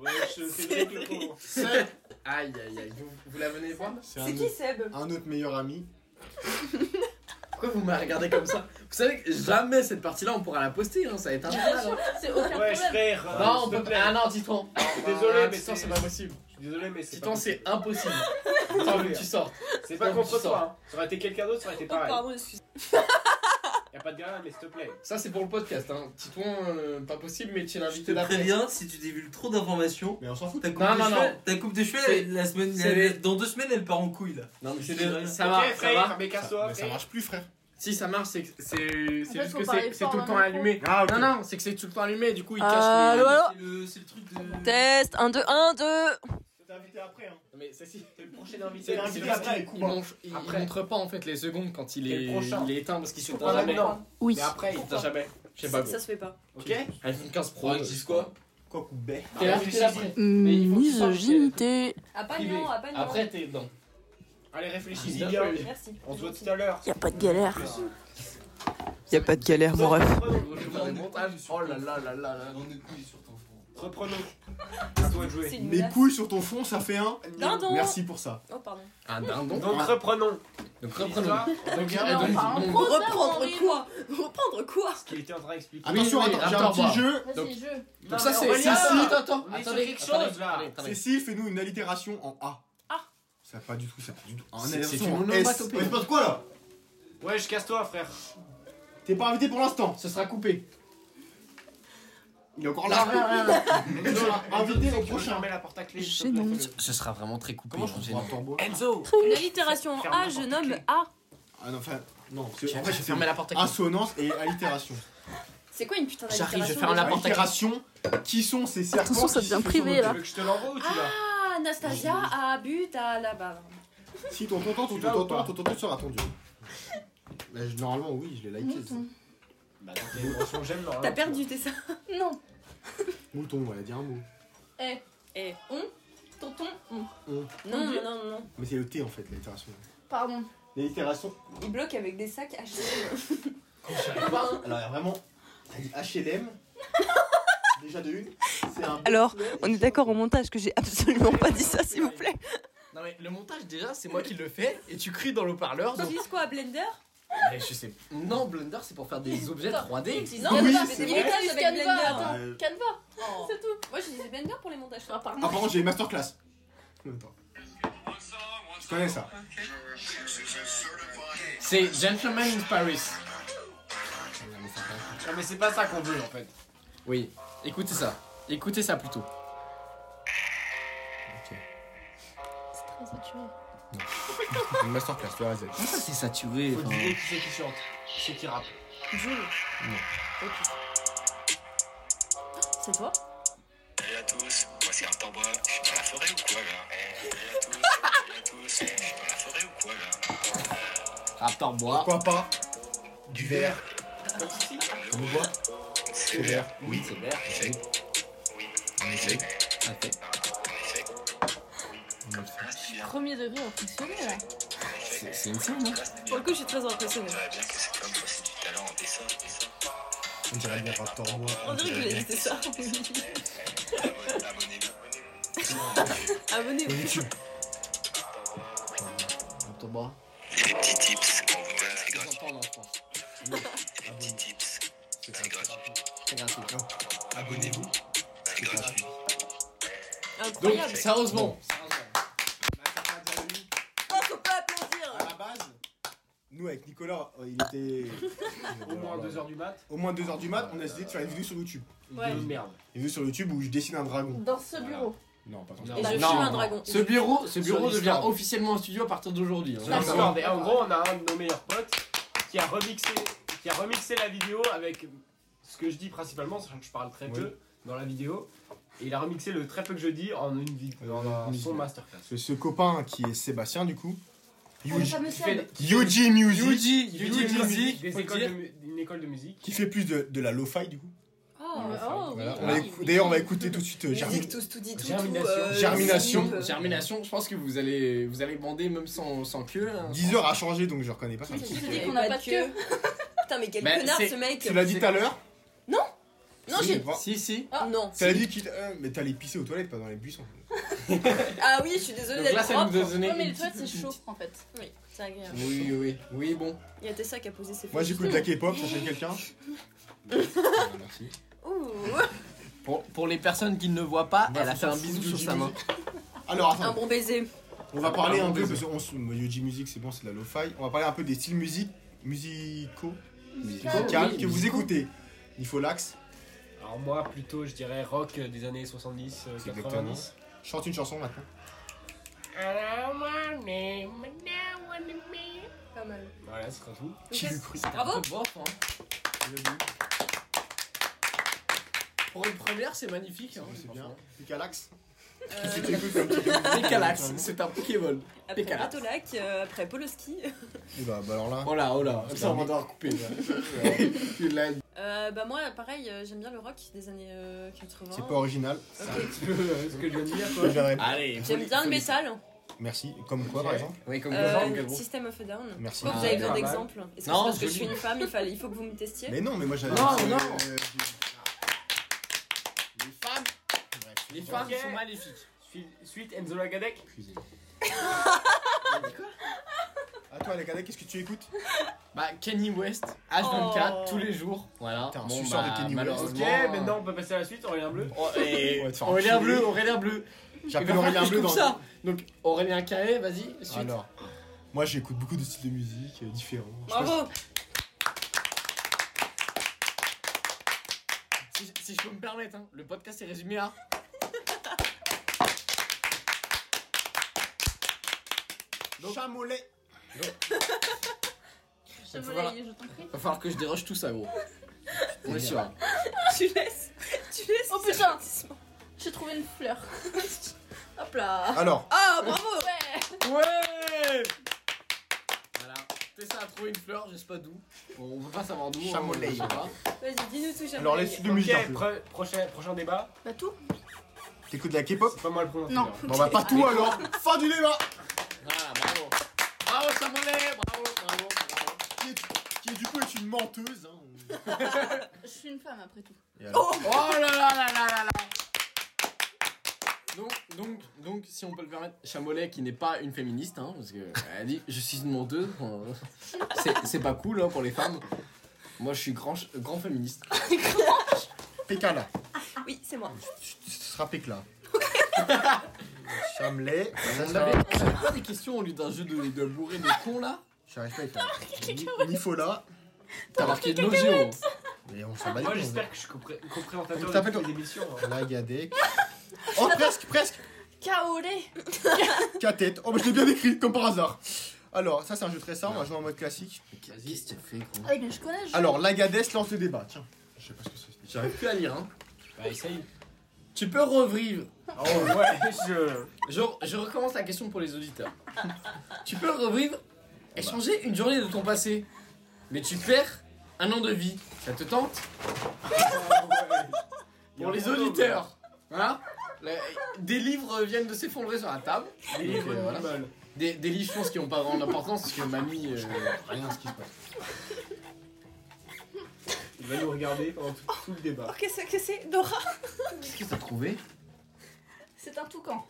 [SPEAKER 3] Ouais, je sais que le
[SPEAKER 2] Seb,
[SPEAKER 1] Aïe aïe aïe, vous, vous la venez voir
[SPEAKER 2] un,
[SPEAKER 4] C'est qui Seb
[SPEAKER 2] un autre meilleur ami.
[SPEAKER 1] Pourquoi vous m'avez regardé comme ça Vous savez que jamais cette partie-là on pourra la poster, hein, ça va être un
[SPEAKER 5] Bien sûr, c'est aucun
[SPEAKER 3] Ouais,
[SPEAKER 5] problème.
[SPEAKER 3] frère.
[SPEAKER 6] Ah,
[SPEAKER 3] euh,
[SPEAKER 1] Non,
[SPEAKER 3] s'il
[SPEAKER 1] on
[SPEAKER 3] te
[SPEAKER 1] peut
[SPEAKER 3] plaît.
[SPEAKER 1] Ah non, Titan
[SPEAKER 3] Désolé,
[SPEAKER 1] Ah,
[SPEAKER 3] mais
[SPEAKER 1] Titan,
[SPEAKER 3] c'est-
[SPEAKER 1] c'est pas possible.
[SPEAKER 3] Je suis désolé, mais c'est.
[SPEAKER 1] Titan,
[SPEAKER 3] pas
[SPEAKER 1] c'est impossible.
[SPEAKER 3] possible.
[SPEAKER 6] Attends, mais tu sortes. C'est pas
[SPEAKER 1] Attends,
[SPEAKER 6] contre
[SPEAKER 1] tu sors.
[SPEAKER 6] toi. hein. Ça aurait été quelqu'un d'autre, ça aurait été
[SPEAKER 4] Oh,
[SPEAKER 6] pareil.
[SPEAKER 4] pardon, excuse.
[SPEAKER 6] Y a pas de gars, mais s'il te plaît.
[SPEAKER 1] Ça, c'est pour le podcast. Hein. Titouan, euh, pas possible, mais tu es
[SPEAKER 7] Je
[SPEAKER 1] l'invité
[SPEAKER 7] te
[SPEAKER 1] d'après.
[SPEAKER 7] préviens, si tu divulgues trop d'informations,
[SPEAKER 2] Mais on s'en fout.
[SPEAKER 7] ta coupe,
[SPEAKER 1] Non,
[SPEAKER 7] de,
[SPEAKER 1] non,
[SPEAKER 7] cheveux,
[SPEAKER 1] non.
[SPEAKER 7] ta coupe de cheveux,
[SPEAKER 1] C'est-
[SPEAKER 7] elle- la semaine,
[SPEAKER 1] c'est
[SPEAKER 7] elle-
[SPEAKER 1] les-
[SPEAKER 7] dans deux semaines, elle part en couille là.
[SPEAKER 1] Non, mais c'est
[SPEAKER 7] Je te
[SPEAKER 1] des...
[SPEAKER 7] préviens.
[SPEAKER 1] ça va,
[SPEAKER 6] Ok,
[SPEAKER 1] ça va.
[SPEAKER 6] frère, mais
[SPEAKER 2] Ça,
[SPEAKER 6] casse-toi.
[SPEAKER 2] Ah, mais ça
[SPEAKER 6] frère.
[SPEAKER 2] marche plus, frère.
[SPEAKER 1] Si ça marche, c'est que c'est c'est
[SPEAKER 5] fait,
[SPEAKER 1] juste
[SPEAKER 5] faut
[SPEAKER 1] que
[SPEAKER 5] parler
[SPEAKER 1] c'est c'est
[SPEAKER 5] fort
[SPEAKER 1] tout le
[SPEAKER 5] dans
[SPEAKER 1] temps
[SPEAKER 5] le
[SPEAKER 1] allumé.
[SPEAKER 2] Ah,
[SPEAKER 1] Non, non, c'est que c'est tout le temps allumé, du coup, il cache
[SPEAKER 8] Allô,
[SPEAKER 1] les.
[SPEAKER 8] allô
[SPEAKER 7] C'est le, c'est le truc de.
[SPEAKER 8] Test 1, 2, 1, 2
[SPEAKER 6] T'es invité après, hein.
[SPEAKER 1] Mais ça, si.
[SPEAKER 6] T'es le prochain
[SPEAKER 1] C'est
[SPEAKER 6] invité.
[SPEAKER 1] c'est
[SPEAKER 6] C'est
[SPEAKER 1] juste
[SPEAKER 6] après,
[SPEAKER 1] qu'il
[SPEAKER 6] les coups,
[SPEAKER 1] il
[SPEAKER 6] hein.
[SPEAKER 1] montre, il- il
[SPEAKER 6] Après.
[SPEAKER 1] montre pas en fait les secondes quand il
[SPEAKER 6] Et le
[SPEAKER 1] est,
[SPEAKER 6] prochain.
[SPEAKER 1] il est éteint parce qu'il s'éteint
[SPEAKER 6] Pas
[SPEAKER 1] jamais.
[SPEAKER 6] maintenant.
[SPEAKER 8] Oui.
[SPEAKER 6] Mais après, il t'a jamais.
[SPEAKER 1] Je sais pas
[SPEAKER 4] Ça,
[SPEAKER 1] gros.
[SPEAKER 4] ça se fait pas.
[SPEAKER 6] Ok
[SPEAKER 1] iPhone 15 Pro.
[SPEAKER 7] Faudrait que je dise quoi
[SPEAKER 2] Quoi, coupe bête.
[SPEAKER 1] T'es l'invité d'après. Mais il faut
[SPEAKER 8] Mm,
[SPEAKER 1] que tu parles,
[SPEAKER 8] Misogynité
[SPEAKER 5] À pas
[SPEAKER 1] Privé.
[SPEAKER 5] non, à pas non.
[SPEAKER 1] Après, t'es dedans.
[SPEAKER 6] Allez, réfléchis-y
[SPEAKER 1] Ah,
[SPEAKER 6] bien.
[SPEAKER 1] bien.
[SPEAKER 5] Merci.
[SPEAKER 6] On se voit tout à l'heure.
[SPEAKER 8] Y'a pas de galère Y'a pas de galère mon ref
[SPEAKER 1] Je vais faire des montages. Oh là là là là là.
[SPEAKER 7] Dans des couilles sur ton front.
[SPEAKER 6] Reprenons. À toi de jouer.
[SPEAKER 5] C'est une
[SPEAKER 2] Mes
[SPEAKER 5] menace.
[SPEAKER 2] couilles sur ton front, ça fait un.
[SPEAKER 4] Dindon.
[SPEAKER 2] Merci pour ça.
[SPEAKER 4] Oh, pardon.
[SPEAKER 1] Un dindon.
[SPEAKER 6] Donc reprenons.
[SPEAKER 1] Donc Ah. reprenons.
[SPEAKER 6] L'histoire,
[SPEAKER 1] Donc,
[SPEAKER 5] Ah, on parle en
[SPEAKER 1] donc,
[SPEAKER 5] pro, ça, on
[SPEAKER 4] Reprendre
[SPEAKER 5] arrive.
[SPEAKER 4] quoi Reprendre quoi
[SPEAKER 6] Ce qu'il était en train d'expliquer.
[SPEAKER 1] oui,
[SPEAKER 2] Attention,
[SPEAKER 1] oui,
[SPEAKER 2] attends, j'ai un
[SPEAKER 1] attends,
[SPEAKER 2] petit
[SPEAKER 1] bah.
[SPEAKER 2] jeu.
[SPEAKER 5] Vas-y,
[SPEAKER 1] Donc-
[SPEAKER 5] je.
[SPEAKER 1] donc ça,
[SPEAKER 6] Non,
[SPEAKER 1] c'est.
[SPEAKER 6] mais
[SPEAKER 1] Si, si,
[SPEAKER 6] Aurélien,
[SPEAKER 1] attends, attends.
[SPEAKER 6] on est sur
[SPEAKER 1] Attendez,
[SPEAKER 6] quelque
[SPEAKER 1] attendez,
[SPEAKER 6] chose, là.
[SPEAKER 1] attendez, attendez.
[SPEAKER 2] Cécile, fais-nous une allitération en A.
[SPEAKER 4] Ah.
[SPEAKER 2] Ça pas du tout, ça pas du tout. Un
[SPEAKER 1] C'est-
[SPEAKER 2] allitération
[SPEAKER 1] c'est une
[SPEAKER 2] en S.
[SPEAKER 1] onomatopée.
[SPEAKER 2] Mais c'est pas de quoi là
[SPEAKER 6] Ouais, je casse-toi, frère.
[SPEAKER 2] T'es pas invité pour l'instant.
[SPEAKER 1] Ce sera coupé.
[SPEAKER 2] Il est encore là. Tu seras invité au
[SPEAKER 6] Tu peux
[SPEAKER 2] prochain.
[SPEAKER 6] fermer la porte à clé.
[SPEAKER 8] Chez nous.
[SPEAKER 1] Ce sera vraiment très coupé. hein,
[SPEAKER 2] Comment je trouve un tambour
[SPEAKER 1] Enzo
[SPEAKER 8] L'allitération
[SPEAKER 6] Ferme A, je n'importe nomme quel.
[SPEAKER 8] A
[SPEAKER 2] Ah non, enfin, non. c'est-
[SPEAKER 1] J'ai
[SPEAKER 2] En fait,
[SPEAKER 1] j'ai
[SPEAKER 2] j'ai
[SPEAKER 1] fermé la porte à clé.
[SPEAKER 2] Assonance et allitération.
[SPEAKER 4] C'est quoi une putain
[SPEAKER 1] J'arrive,
[SPEAKER 4] d'allitération
[SPEAKER 1] je ferme la
[SPEAKER 4] déjà
[SPEAKER 1] porte.
[SPEAKER 2] Allitération, qui sont ces serpents
[SPEAKER 8] Attention, ça
[SPEAKER 2] qui se
[SPEAKER 8] devient
[SPEAKER 2] sont
[SPEAKER 8] privé,
[SPEAKER 2] notés
[SPEAKER 6] Tu
[SPEAKER 8] là.
[SPEAKER 6] veux que je te l'envoie ou tu l'as
[SPEAKER 4] Ah, Anastasia a but à la barre.
[SPEAKER 2] Si ton tonton, ton
[SPEAKER 6] Tu vas ou
[SPEAKER 2] tonton,
[SPEAKER 6] pas
[SPEAKER 2] ton tonton sera attendu. Bah, je- normalement, oui, je l'ai liké. ça.
[SPEAKER 5] Mouton.
[SPEAKER 6] Bah, dans tes mentions, j'aime normalement,
[SPEAKER 4] T'as
[SPEAKER 6] tu
[SPEAKER 4] perdu, t'es ça
[SPEAKER 5] Non.
[SPEAKER 2] Mouton, elle a dit un mot.
[SPEAKER 5] Eh,
[SPEAKER 4] Eh.
[SPEAKER 5] on, tonton, on.
[SPEAKER 4] Non, non, non, non.
[SPEAKER 2] Mais c'est le T en fait, l'allitération.
[SPEAKER 5] Pardon.
[SPEAKER 2] L'allitération,
[SPEAKER 4] Il bloque avec des sacs HLM.
[SPEAKER 2] alors il y a vraiment. T'as dit HLM. Déjà de une. C'est un.
[SPEAKER 8] Alors, on est d'accord au montage que j'ai absolument pas dit ça s'il vous plaît
[SPEAKER 1] Non mais le montage déjà, c'est moi qui le fais et tu cries dans le parleur.
[SPEAKER 4] Tu utilises quoi à Blender
[SPEAKER 1] Mais je sais. Non, Blender c'est pour faire des objets 3D.
[SPEAKER 5] Non,
[SPEAKER 2] Oui,
[SPEAKER 5] Ah, mais
[SPEAKER 2] c'est
[SPEAKER 5] il
[SPEAKER 2] vrai.
[SPEAKER 5] est juste
[SPEAKER 4] Avec
[SPEAKER 5] Canva.
[SPEAKER 4] Blender.
[SPEAKER 5] Attends,
[SPEAKER 2] Euh,
[SPEAKER 5] Canva,
[SPEAKER 4] Oh.
[SPEAKER 5] c'est tout. Moi, j'utilise Blender pour les montages. Ah,
[SPEAKER 2] Ah, par contre, j'ai une masterclass. Attends. Je connais ça.
[SPEAKER 1] C'est Gentleman in Paris. Ah,
[SPEAKER 6] vois. Non, mais c'est pas ça qu'on veut en fait.
[SPEAKER 1] Oui, écoutez ça. Écoutez ça plutôt.
[SPEAKER 5] C'est très saturé.
[SPEAKER 2] Une masterclass, tu vas vas-y.
[SPEAKER 1] Comment ça c'est saturé
[SPEAKER 6] Faut deviner qui c'est qui chante. Qui c'est qui rappe.
[SPEAKER 4] C'est toi
[SPEAKER 9] Salut à tous, moi c'est Artambois, je suis dans la forêt ou quoi là Eh, Salut à tous, salut à tous, je suis dans la forêt ou quoi là
[SPEAKER 1] Raptor bois.
[SPEAKER 2] Pourquoi pas Ah. Du verre. On me voit
[SPEAKER 9] C'est
[SPEAKER 2] Au vert.
[SPEAKER 1] Oui, c'est Ah, vert.
[SPEAKER 9] En effet, oui, en effet, en effet,
[SPEAKER 5] Premier degré en fonctionné là.
[SPEAKER 9] en effet.
[SPEAKER 1] C'est une scène, non
[SPEAKER 9] Là, c'est
[SPEAKER 4] Pour
[SPEAKER 9] bien.
[SPEAKER 4] le coup, je suis très
[SPEAKER 9] On
[SPEAKER 4] impressionnée.
[SPEAKER 9] dirait bien que cet homme possède du talent en dessin, dessin.
[SPEAKER 2] On dirait bien Raptor en moi.
[SPEAKER 4] On dirait que j'ai hésité ça.
[SPEAKER 9] Abonnez- Abonnez-vous.
[SPEAKER 4] Abonnez-vous.
[SPEAKER 1] Raptor bois.
[SPEAKER 9] Des petits tips qu'on vous donne, c'est gratuit.
[SPEAKER 1] J'entends, non, je pense.
[SPEAKER 9] Des petits tips, c'est gratuit.
[SPEAKER 1] Ah, C'est gratuit.
[SPEAKER 9] Abonnez-vous, c'est gratuit.
[SPEAKER 1] Donc,
[SPEAKER 4] Incroyable.
[SPEAKER 1] sérieusement.
[SPEAKER 4] Oh, faut pas applaudir.
[SPEAKER 1] Ah,
[SPEAKER 2] À la base, nous avec Nicolas, euh, il était.
[SPEAKER 6] Au moins 2h du mat.
[SPEAKER 2] Au moins 2h du mat, on a décidé de faire une vidéo sur YouTube.
[SPEAKER 5] Ouais.
[SPEAKER 6] Une merde.
[SPEAKER 2] Une vidéo sur YouTube où je dessine un dragon.
[SPEAKER 5] Dans ce bureau.
[SPEAKER 2] Non, pas
[SPEAKER 4] Et je
[SPEAKER 1] Non,
[SPEAKER 4] fume
[SPEAKER 1] non,
[SPEAKER 4] un
[SPEAKER 1] non.
[SPEAKER 4] dragon.
[SPEAKER 1] Ce bureau, ce bureau
[SPEAKER 6] Sur
[SPEAKER 1] devient
[SPEAKER 6] Discord.
[SPEAKER 1] officiellement un studio à partir d'aujourd'hui.
[SPEAKER 6] Sur
[SPEAKER 1] hein.
[SPEAKER 6] Discord. Et en gros, on a un de nos meilleurs potes qui a remixé, qui a remixé la vidéo avec ce que je dis principalement, sachant que je parle très peu dans la vidéo. Et il a remixé le très peu que je dis en une vidéo, en un
[SPEAKER 2] Oui.
[SPEAKER 6] son masterclass.
[SPEAKER 2] Ce, ce copain qui est Sébastien, du coup. Yuji,
[SPEAKER 5] fameux
[SPEAKER 6] Qui fait
[SPEAKER 5] sable.
[SPEAKER 2] Yuji Music.
[SPEAKER 1] Yuji, Yuji
[SPEAKER 6] Yuji Music,
[SPEAKER 1] Music,
[SPEAKER 6] des
[SPEAKER 1] faut
[SPEAKER 6] écoles
[SPEAKER 1] dire.
[SPEAKER 6] de mu- une école de musique.
[SPEAKER 2] Qui fait plus de, de la lo-fi, du coup.
[SPEAKER 5] Oh,
[SPEAKER 1] Voilà.
[SPEAKER 5] oui.
[SPEAKER 2] On
[SPEAKER 4] Ah.
[SPEAKER 2] va écou- D'ailleurs, on va écouter tout de suite euh, Germi-
[SPEAKER 4] Musique, tous, tout dit, tout, tout.
[SPEAKER 6] Germination.
[SPEAKER 4] euh,
[SPEAKER 2] Germination.
[SPEAKER 4] zip.
[SPEAKER 1] Germination, je pense que vous allez vous allez bander même sans, sans queue. hein.
[SPEAKER 2] 10 heures a changé, donc je reconnais pas ça.
[SPEAKER 5] Oui, c'est
[SPEAKER 4] Je
[SPEAKER 5] Je
[SPEAKER 4] dis
[SPEAKER 5] dis
[SPEAKER 4] qu'on
[SPEAKER 5] qu'on a
[SPEAKER 4] pas de queue. Putain, mais quel
[SPEAKER 1] Ben,
[SPEAKER 4] connard
[SPEAKER 1] c'est-
[SPEAKER 4] ce mec.
[SPEAKER 2] Tu l'as dit tout à l'heure.
[SPEAKER 4] Non,
[SPEAKER 2] Si,
[SPEAKER 4] j'ai.
[SPEAKER 2] va-
[SPEAKER 1] Si, si.
[SPEAKER 4] Ah, Non.
[SPEAKER 2] Tu l'as dit qu'il- euh, mais t'allais pisser aux toilettes, pas dans les buissons.
[SPEAKER 4] Ah oui, je suis désolée
[SPEAKER 1] Donc là,
[SPEAKER 4] d'être
[SPEAKER 1] ça nous
[SPEAKER 4] propre.
[SPEAKER 1] a donné.
[SPEAKER 5] Ouais, mais
[SPEAKER 1] une
[SPEAKER 5] le toit c'est
[SPEAKER 1] petite-
[SPEAKER 5] chaud en fait.
[SPEAKER 4] Oui, c'est agréable.
[SPEAKER 1] Oui, oui, oui, bon.
[SPEAKER 4] Il y a Tessa qui a posé ses
[SPEAKER 2] Moi,
[SPEAKER 4] photos.
[SPEAKER 2] j'écoute de la K-pop, ça chez quelqu'un. Ah, Merci.
[SPEAKER 4] Ouh.
[SPEAKER 1] Pour, pour les personnes qui ne le voient pas,
[SPEAKER 2] Bah,
[SPEAKER 1] elle a
[SPEAKER 2] faut
[SPEAKER 1] fait un
[SPEAKER 2] s'en foutre
[SPEAKER 1] bisou
[SPEAKER 2] du
[SPEAKER 1] sur sa
[SPEAKER 2] Yuji
[SPEAKER 1] main.
[SPEAKER 2] Music. Alors,
[SPEAKER 4] Un
[SPEAKER 2] attends.
[SPEAKER 4] bon baiser.
[SPEAKER 2] On va parler
[SPEAKER 3] Ah,
[SPEAKER 2] un
[SPEAKER 3] bon,
[SPEAKER 2] peu,
[SPEAKER 3] désolé.
[SPEAKER 2] parce qu'on se- Yoji Music, c'est bon, c'est de la lo-fi. On va parler un peu des styles musique, musicaux, musicales que vous écoutez. Nifolax,
[SPEAKER 6] Alors moi plutôt je dirais rock euh, des années 70, euh,
[SPEAKER 2] C'est
[SPEAKER 6] 90.
[SPEAKER 2] chante une chanson maintenant.
[SPEAKER 4] Pas mal.
[SPEAKER 6] Voilà, ce sera tout.
[SPEAKER 2] Qui l'eût cru
[SPEAKER 4] Bravo.
[SPEAKER 1] Bof, hein. Pour une première, c'est magnifique. Hein,
[SPEAKER 2] C'est bien. Picalax
[SPEAKER 4] Euh,
[SPEAKER 1] Pécalax, c'est un Pokémon.
[SPEAKER 4] après
[SPEAKER 1] Pécalax.
[SPEAKER 4] Batolac, euh, après Poloski.
[SPEAKER 2] Eh bah, bah alors là.
[SPEAKER 1] Oh là, oh là,
[SPEAKER 2] C'est
[SPEAKER 1] ça on va
[SPEAKER 2] terminé.
[SPEAKER 1] devoir couper. là. Il l'a dit.
[SPEAKER 4] Euh, bah moi pareil, euh, j'aime bien le rock des années euh, 80.
[SPEAKER 2] C'est pas original.
[SPEAKER 4] Ok.
[SPEAKER 6] ce que ce que je viens de dire quoi.
[SPEAKER 2] J'arrête.
[SPEAKER 1] Allez, faut
[SPEAKER 4] J'aime
[SPEAKER 1] les-
[SPEAKER 4] bien
[SPEAKER 1] faut
[SPEAKER 4] le
[SPEAKER 1] les-
[SPEAKER 4] métal.
[SPEAKER 2] Merci. Comme quoi, par
[SPEAKER 6] Ouais.
[SPEAKER 2] exemple
[SPEAKER 1] Oui, comme
[SPEAKER 4] Euh,
[SPEAKER 1] quoi, Gabo.
[SPEAKER 4] System of a Down.
[SPEAKER 2] Merci.
[SPEAKER 4] Pourquoi vous
[SPEAKER 1] Ah,
[SPEAKER 4] avez besoin
[SPEAKER 1] pas
[SPEAKER 6] mal.
[SPEAKER 4] d'exemples Est-ce que
[SPEAKER 1] Non,
[SPEAKER 4] c'est parce que je
[SPEAKER 1] joli.
[SPEAKER 4] suis une femme, il, fallait, il faut que vous me testiez
[SPEAKER 2] Mais non, mais moi j'avais.
[SPEAKER 1] Non, non.
[SPEAKER 2] Euh,
[SPEAKER 1] Les femmes,
[SPEAKER 2] bref.
[SPEAKER 1] les femmes
[SPEAKER 6] Ok.
[SPEAKER 1] sont maléfiques.
[SPEAKER 6] Suite- Suite Enzo Lagadec.
[SPEAKER 2] Excusez-moi. À Ah, toi, les cadets, qu'est-ce que tu écoutes
[SPEAKER 1] Bah, Kenny West, H24,
[SPEAKER 4] Oh.
[SPEAKER 1] tous les jours. Voilà. bah,
[SPEAKER 2] T'es un suceur de Kanye West.
[SPEAKER 6] Ok,
[SPEAKER 1] malheureusement,
[SPEAKER 6] maintenant on peut passer à la suite, Aurélien Bleu.
[SPEAKER 1] Oh, et
[SPEAKER 2] On va te faire
[SPEAKER 1] Aurélien
[SPEAKER 2] enculer.
[SPEAKER 1] Bleu, Aurélien Bleu. Il va
[SPEAKER 2] J'appelle
[SPEAKER 1] falloir
[SPEAKER 2] Aurélien
[SPEAKER 1] que Eh ben, je
[SPEAKER 2] Bleu
[SPEAKER 1] coupe
[SPEAKER 2] dans Ah,
[SPEAKER 1] ça. Donc, Aurélien Carré, vas-y, suite.
[SPEAKER 2] Alors, moi j'écoute beaucoup de styles de musique euh, différents. Je sais pas
[SPEAKER 4] Bravo
[SPEAKER 1] Si, si je peux me permettre, hein, le podcast est résumé à.
[SPEAKER 2] si- Chamolet
[SPEAKER 5] Je
[SPEAKER 1] faut
[SPEAKER 5] me
[SPEAKER 1] voir.
[SPEAKER 5] l'ai- je t'en prie.
[SPEAKER 1] Va falloir que je déroche tout ça, gros. On est sûr. hein.
[SPEAKER 4] Tu laisses Tu laisses
[SPEAKER 5] Oh,
[SPEAKER 4] ces
[SPEAKER 5] putain.
[SPEAKER 4] applaudissements.
[SPEAKER 5] J'ai trouvé une fleur.
[SPEAKER 4] Hop là
[SPEAKER 2] Alors,
[SPEAKER 4] Ah bravo
[SPEAKER 5] Ouais.
[SPEAKER 1] Ouais Voilà. Tessa a trouvé une fleur, je sais pas d'où. Bon, on peut pas savoir d'où. hein,
[SPEAKER 2] Chamolet.
[SPEAKER 1] je sais pas.
[SPEAKER 4] Vas-y, dis-nous tout, j'aime
[SPEAKER 2] alors
[SPEAKER 4] bien.
[SPEAKER 2] les styles de
[SPEAKER 6] Ok,
[SPEAKER 2] musique un peu.
[SPEAKER 6] pre- prochain, prochain débat.
[SPEAKER 5] Bah tout.
[SPEAKER 2] T'écoutes de la K-pop
[SPEAKER 1] Oh.
[SPEAKER 6] C'est pas moi le prononciateur.
[SPEAKER 5] Non.
[SPEAKER 2] Bon bah pas tout alors Fin du débat
[SPEAKER 1] Voilà, bravo. Bravo, Chamolet Bravo, bravo, bravo.
[SPEAKER 2] qui, est, qui est, du coup est une menteuse. Hein.
[SPEAKER 5] Je suis une femme après tout.
[SPEAKER 2] Et alors
[SPEAKER 1] Oh là là là là là là donc, donc, donc, si on peut le permettre, Chamolet qui n'est pas une féministe, hein, parce que elle dit je suis une menteuse, euh, c'est- c'est pas cool hein, pour les femmes. Moi je suis grand, ch- grand féministe.
[SPEAKER 2] Pécala.
[SPEAKER 4] Oui, c'est moi.
[SPEAKER 2] Tu, tu seras Pécla. Chamolet. Ça
[SPEAKER 1] On
[SPEAKER 2] sera-
[SPEAKER 1] avait, on avait pas des questions au lieu d'un jeu de, de bourré de cons là
[SPEAKER 2] J'arrive pas à être. Nifola.
[SPEAKER 1] T'as marqué de nos géos.
[SPEAKER 2] Mais on s'en bat les
[SPEAKER 6] Moi
[SPEAKER 2] couilles,
[SPEAKER 6] j'espère que je suis compré-
[SPEAKER 2] On
[SPEAKER 6] compréhensateur de
[SPEAKER 2] t'appelle
[SPEAKER 6] toutes
[SPEAKER 2] toi.
[SPEAKER 6] les émissions. hein.
[SPEAKER 2] on est- Lagadec. Oh presque, presque
[SPEAKER 5] Kaolé.
[SPEAKER 2] K-tête. Oh bah je l'ai bien écrit, comme par hasard. Alors, ça c'est un jeu très simple, on va jouer en mode classique.
[SPEAKER 1] Vas-y, je te fais gros.
[SPEAKER 5] Ouais, mais je connais. je-
[SPEAKER 2] Alors, Lagadès lance le débat, tiens. Je sais pas ce que c'est.
[SPEAKER 1] J'arrive plus à lire hein.
[SPEAKER 6] Bah essaye.
[SPEAKER 1] Tu peux revivre.
[SPEAKER 6] Oh ouais, je.
[SPEAKER 1] Je, je recommence la question pour les auditeurs. tu peux revivre et
[SPEAKER 2] Bah.
[SPEAKER 1] changer une journée de ton passé, mais tu perds un an de vie. Ça te tente Pour les auditeurs, hein Le- Des livres viennent de s'effondrer sur la table.
[SPEAKER 6] Les
[SPEAKER 1] Donc,
[SPEAKER 6] livres
[SPEAKER 1] euh, voilà.
[SPEAKER 6] voilà.
[SPEAKER 1] Des, des livres, je pense, qui n'ont pas vraiment d'importance parce que mamie. euh,
[SPEAKER 2] Rien ce qui se passe.
[SPEAKER 6] Il va nous regarder pendant tout, tout le débat.
[SPEAKER 4] Oh, qu'est-ce que c'est Dora
[SPEAKER 1] Qu'est-ce que t'as trouvé
[SPEAKER 5] C'est un toucan.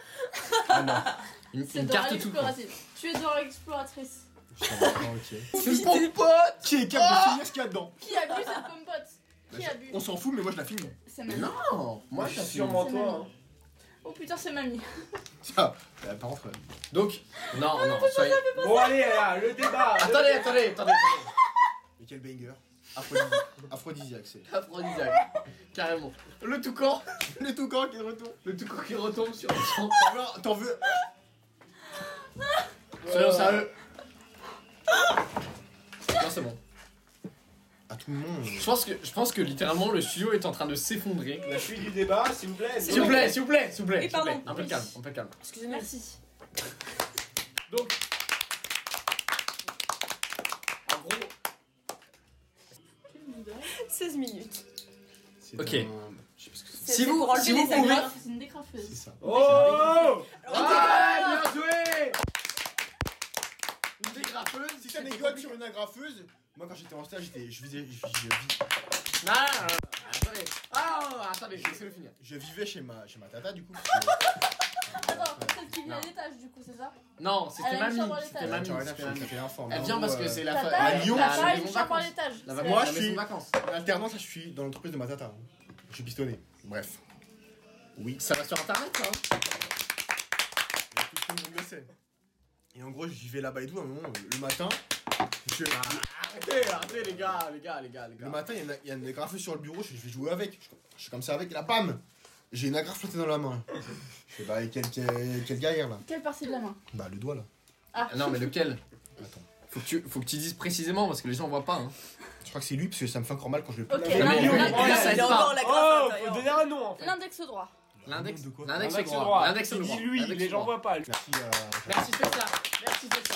[SPEAKER 6] Ah,
[SPEAKER 1] Une,
[SPEAKER 5] C'est
[SPEAKER 1] une
[SPEAKER 5] Dora
[SPEAKER 1] carte tout
[SPEAKER 5] l'exploratrice. Tu es Dora l'exploratrice.
[SPEAKER 2] ok.
[SPEAKER 1] C'est mon pote
[SPEAKER 2] Qui est capable de finir ce qu'il y a dedans Bah,
[SPEAKER 5] Qui a bu cette pomme pote Qui a bu
[SPEAKER 2] On s'en fout, mais moi je la filme.
[SPEAKER 5] C'est
[SPEAKER 1] Mais
[SPEAKER 5] mamie.
[SPEAKER 1] non Moi, je suis
[SPEAKER 6] sûrement
[SPEAKER 5] c'est
[SPEAKER 6] toi. hein.
[SPEAKER 5] Oh putain, c'est mamie.
[SPEAKER 2] Ça, euh, par contre, euh,
[SPEAKER 1] Donc, non, non, soyez-
[SPEAKER 6] hein. Bon allez là, le débat. le
[SPEAKER 1] Attendez, attendez, attendez.
[SPEAKER 2] mais quel banger. Aphrodisi- Aphrodisiaque, c'est.
[SPEAKER 1] Aphrodisiaque. Carrément. Le toucan
[SPEAKER 2] Le toucan qui est de retour.
[SPEAKER 1] Le toucan qui retombe sur le champ.
[SPEAKER 2] Alors, t'en veux
[SPEAKER 1] Soyons sérieux. Non, c'est bon.
[SPEAKER 2] À tout le monde.
[SPEAKER 1] Je pense, que, je pense que littéralement le studio est en train de s'effondrer.
[SPEAKER 6] La suite du débat, s'il vous plaît.
[SPEAKER 1] S'il vous plaît, s'il vous plaît, s'il vous plaît.
[SPEAKER 4] Oui,
[SPEAKER 1] s'il vous plaît.
[SPEAKER 4] pardon.
[SPEAKER 1] Un peu de calme, un peu de calme.
[SPEAKER 4] Excusez-moi.
[SPEAKER 5] Merci.
[SPEAKER 1] En gros,
[SPEAKER 4] 16 minutes.
[SPEAKER 2] C'est
[SPEAKER 1] Ok.
[SPEAKER 2] un- Je sais pas ce que c'est.
[SPEAKER 1] Si
[SPEAKER 4] C'est
[SPEAKER 1] vous-
[SPEAKER 4] pour enlever
[SPEAKER 1] si vous
[SPEAKER 4] les
[SPEAKER 1] pouvez-
[SPEAKER 4] agrafes.
[SPEAKER 5] C'est une
[SPEAKER 2] C'est
[SPEAKER 5] décraffeuse.
[SPEAKER 2] ça.
[SPEAKER 6] Oh Ah, bien joué
[SPEAKER 1] une dégrafeuse, si
[SPEAKER 2] Petite anecdote sur une agrafeuse. Moi, quand j'étais en stage, j'étais- je vivais, je, je-
[SPEAKER 1] Non, non, non, non, attendez. Ah, attendez, laissez-le finir.
[SPEAKER 2] je vivais chez ma, chez ma tata, du coup. parce que-
[SPEAKER 5] Attends, celle qui vit à
[SPEAKER 1] Non.
[SPEAKER 5] l'étage du coup, c'est ça
[SPEAKER 1] Non, c'était
[SPEAKER 5] Elle a une
[SPEAKER 1] mamie.
[SPEAKER 5] chambre à
[SPEAKER 1] C'était
[SPEAKER 5] l'étage.
[SPEAKER 1] mamie.
[SPEAKER 2] Tiens, regarde,
[SPEAKER 1] c'était
[SPEAKER 2] faut
[SPEAKER 1] mamie.
[SPEAKER 2] taper un fort.
[SPEAKER 1] Elle vient parce que
[SPEAKER 2] Euh,
[SPEAKER 1] c'est
[SPEAKER 5] T'as
[SPEAKER 1] la fa-
[SPEAKER 5] pas-
[SPEAKER 1] la-
[SPEAKER 2] Lyon,
[SPEAKER 1] la
[SPEAKER 5] T'as pas
[SPEAKER 1] maison
[SPEAKER 5] une chambre à
[SPEAKER 1] vacances.
[SPEAKER 5] l'étage.
[SPEAKER 1] La
[SPEAKER 5] c'est
[SPEAKER 1] maison- la
[SPEAKER 2] Moi, je
[SPEAKER 1] maison
[SPEAKER 2] suis-
[SPEAKER 1] de vacances.
[SPEAKER 2] En alternance, là, je suis dans l'entreprise de ma tata. hein. Je suis pistonné. Bref. Oui.
[SPEAKER 1] Ça va sur internet, ça. hein
[SPEAKER 2] Tout le monde le sait. Et en gros, j'y vais là-bas et tout, à un moment, le matin, je-
[SPEAKER 1] Arrêtez, arrêtez les gars, les gars, les gars, les
[SPEAKER 2] le matin, il y en a- il y a une agrafe sur le bureau, je, fais, je vais jouer avec. Je, je suis comme ça avec, et là, bam J'ai une agrafe flottée dans la main. Je fais, bah, et quel, quel, quel guerrier, là
[SPEAKER 5] Quelle partie de la main
[SPEAKER 2] Bah, le doigt, là.
[SPEAKER 5] Ah,
[SPEAKER 1] Non mais lequel
[SPEAKER 2] Attends.
[SPEAKER 1] Faut que tu, faut que tu dises précisément parce que les gens voient pas. Hein.
[SPEAKER 2] Je crois que c'est lui, parce que ça me fait encore mal quand je le
[SPEAKER 5] Ok,
[SPEAKER 1] Non, mais-
[SPEAKER 5] l'index-
[SPEAKER 1] mais- mais- ça aide
[SPEAKER 4] Il y a
[SPEAKER 1] pas.
[SPEAKER 4] encore la
[SPEAKER 6] Oh,
[SPEAKER 4] grappe à
[SPEAKER 6] faut
[SPEAKER 4] l'intérieur.
[SPEAKER 6] donner un nom en fait.
[SPEAKER 5] L'index au droit.
[SPEAKER 1] L'index,
[SPEAKER 2] de quoi
[SPEAKER 1] l'index
[SPEAKER 6] L'index
[SPEAKER 1] droit. L'index
[SPEAKER 6] Il
[SPEAKER 1] Oh, droit.
[SPEAKER 6] dit lui,
[SPEAKER 1] l'index
[SPEAKER 6] les gens
[SPEAKER 1] droit.
[SPEAKER 6] voient pas.
[SPEAKER 2] Merci euh, à.
[SPEAKER 1] Merci Fessa, merci Fessa.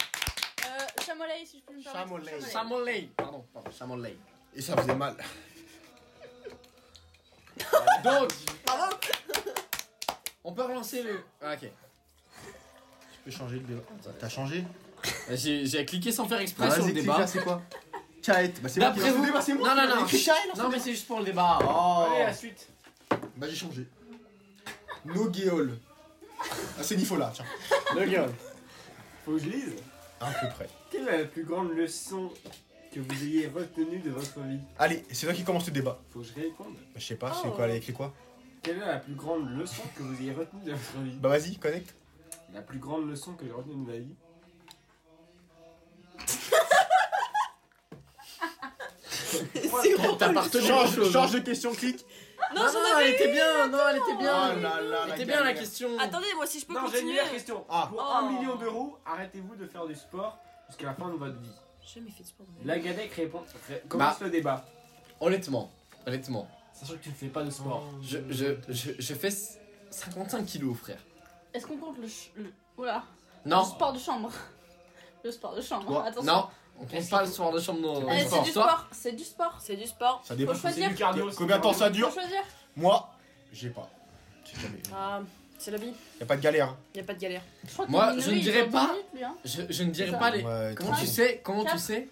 [SPEAKER 5] Euh, Chamolet, si je peux me permettre.
[SPEAKER 2] Chamolet.
[SPEAKER 1] Chamolay, pardon, pardon, Chamolay.
[SPEAKER 2] Et ça faisait mal.
[SPEAKER 1] Donc,
[SPEAKER 4] Bravo.
[SPEAKER 1] on peut relancer le. Ah, ok.
[SPEAKER 2] Tu peux changer le débat. T'as changé
[SPEAKER 1] Euh, J'ai j'ai cliqué sans faire exprès
[SPEAKER 2] Bah,
[SPEAKER 1] sur
[SPEAKER 2] vas-y,
[SPEAKER 1] le
[SPEAKER 2] clique
[SPEAKER 1] débat.
[SPEAKER 2] là, c'est quoi Chaet. Bah, c'est moi qui
[SPEAKER 1] D'après
[SPEAKER 2] lance le
[SPEAKER 1] vous.
[SPEAKER 2] débat, c'est moi
[SPEAKER 1] non,
[SPEAKER 2] qui
[SPEAKER 1] non, non.
[SPEAKER 2] lance- Chaet, lance-
[SPEAKER 1] Non, mais c'est juste pour le débat. Oh.
[SPEAKER 6] Allez, la suite.
[SPEAKER 2] Bah, j'ai changé. No Geol. Ah, c'est Nifola, tiens.
[SPEAKER 1] Le gars.
[SPEAKER 6] Faut que je lise.
[SPEAKER 2] À peu près.
[SPEAKER 6] Quelle est la plus grande leçon que vous ayez retenue de votre vie
[SPEAKER 2] Allez, c'est toi qui commence le débat.
[SPEAKER 6] Faut que je réponde.
[SPEAKER 2] Bah, je sais pas, c'est
[SPEAKER 4] Oh.
[SPEAKER 2] quoi, elle a écrit quoi
[SPEAKER 6] Quelle est la plus grande leçon que vous ayez retenue de votre vie
[SPEAKER 2] Bah, vas-y, connecte.
[SPEAKER 6] La plus grande leçon que j'ai retenue de ma vie.
[SPEAKER 4] C'est bon.
[SPEAKER 2] Change, change de question, clique.
[SPEAKER 1] Non, non, elle était bien. Non, elle était bien.
[SPEAKER 2] Oh là là,
[SPEAKER 1] elle
[SPEAKER 2] la
[SPEAKER 1] était bien la
[SPEAKER 2] galère.
[SPEAKER 1] question.
[SPEAKER 4] Attendez, moi si je peux
[SPEAKER 6] Non, j'ai une
[SPEAKER 4] continuer.
[SPEAKER 6] meilleure question.
[SPEAKER 2] Ah.
[SPEAKER 6] Pour 1
[SPEAKER 4] Oh.
[SPEAKER 6] million d'euros, arrêtez-vous de faire du sport jusqu'à la fin de votre vie.
[SPEAKER 4] J'ai jamais fait de sport. de ma vie.
[SPEAKER 6] Lagadec répond. ré- Commence le débat.
[SPEAKER 1] Honnêtement, honnêtement,
[SPEAKER 6] Bah. Sachant que tu ne fais pas de sport.
[SPEAKER 1] je, je, je, je fais 55 kilos, frère.
[SPEAKER 5] Est-ce qu'on compte le. ch- le- Oula. Le
[SPEAKER 1] Non,
[SPEAKER 5] sport de chambre. Le sport de chambre.
[SPEAKER 1] Bon,
[SPEAKER 5] Attention.
[SPEAKER 1] non, on pense pas le soir de chambre dans
[SPEAKER 2] Eh,
[SPEAKER 5] Allez,
[SPEAKER 1] le
[SPEAKER 5] c'est
[SPEAKER 1] soir.
[SPEAKER 5] du sport. C'est du sport.
[SPEAKER 4] C'est du sport.
[SPEAKER 2] Ça
[SPEAKER 5] Faut
[SPEAKER 1] Oh,
[SPEAKER 2] dépend.
[SPEAKER 6] C'est
[SPEAKER 5] choisir.
[SPEAKER 6] du cardio. c'est
[SPEAKER 2] Combien de temps ça
[SPEAKER 5] Faut
[SPEAKER 2] dure
[SPEAKER 5] choisir.
[SPEAKER 2] Moi, j'ai pas. J'ai jamais.
[SPEAKER 4] Ah, c'est la vie.
[SPEAKER 2] Y a pas de galère. hein.
[SPEAKER 4] Y a pas de galère.
[SPEAKER 5] Je crois que
[SPEAKER 1] Moi,
[SPEAKER 5] Minoru,
[SPEAKER 1] je ne
[SPEAKER 5] il
[SPEAKER 1] dirais
[SPEAKER 5] dure
[SPEAKER 1] pas.
[SPEAKER 5] 10 minutes, lui, hein.
[SPEAKER 1] Je, je ne dirais
[SPEAKER 5] C'est
[SPEAKER 1] pas
[SPEAKER 5] ça.
[SPEAKER 1] les.
[SPEAKER 2] Ouais,
[SPEAKER 1] Comment tu
[SPEAKER 2] euh, tranquille.
[SPEAKER 1] sais Comment tu
[SPEAKER 5] Quatre.
[SPEAKER 1] sais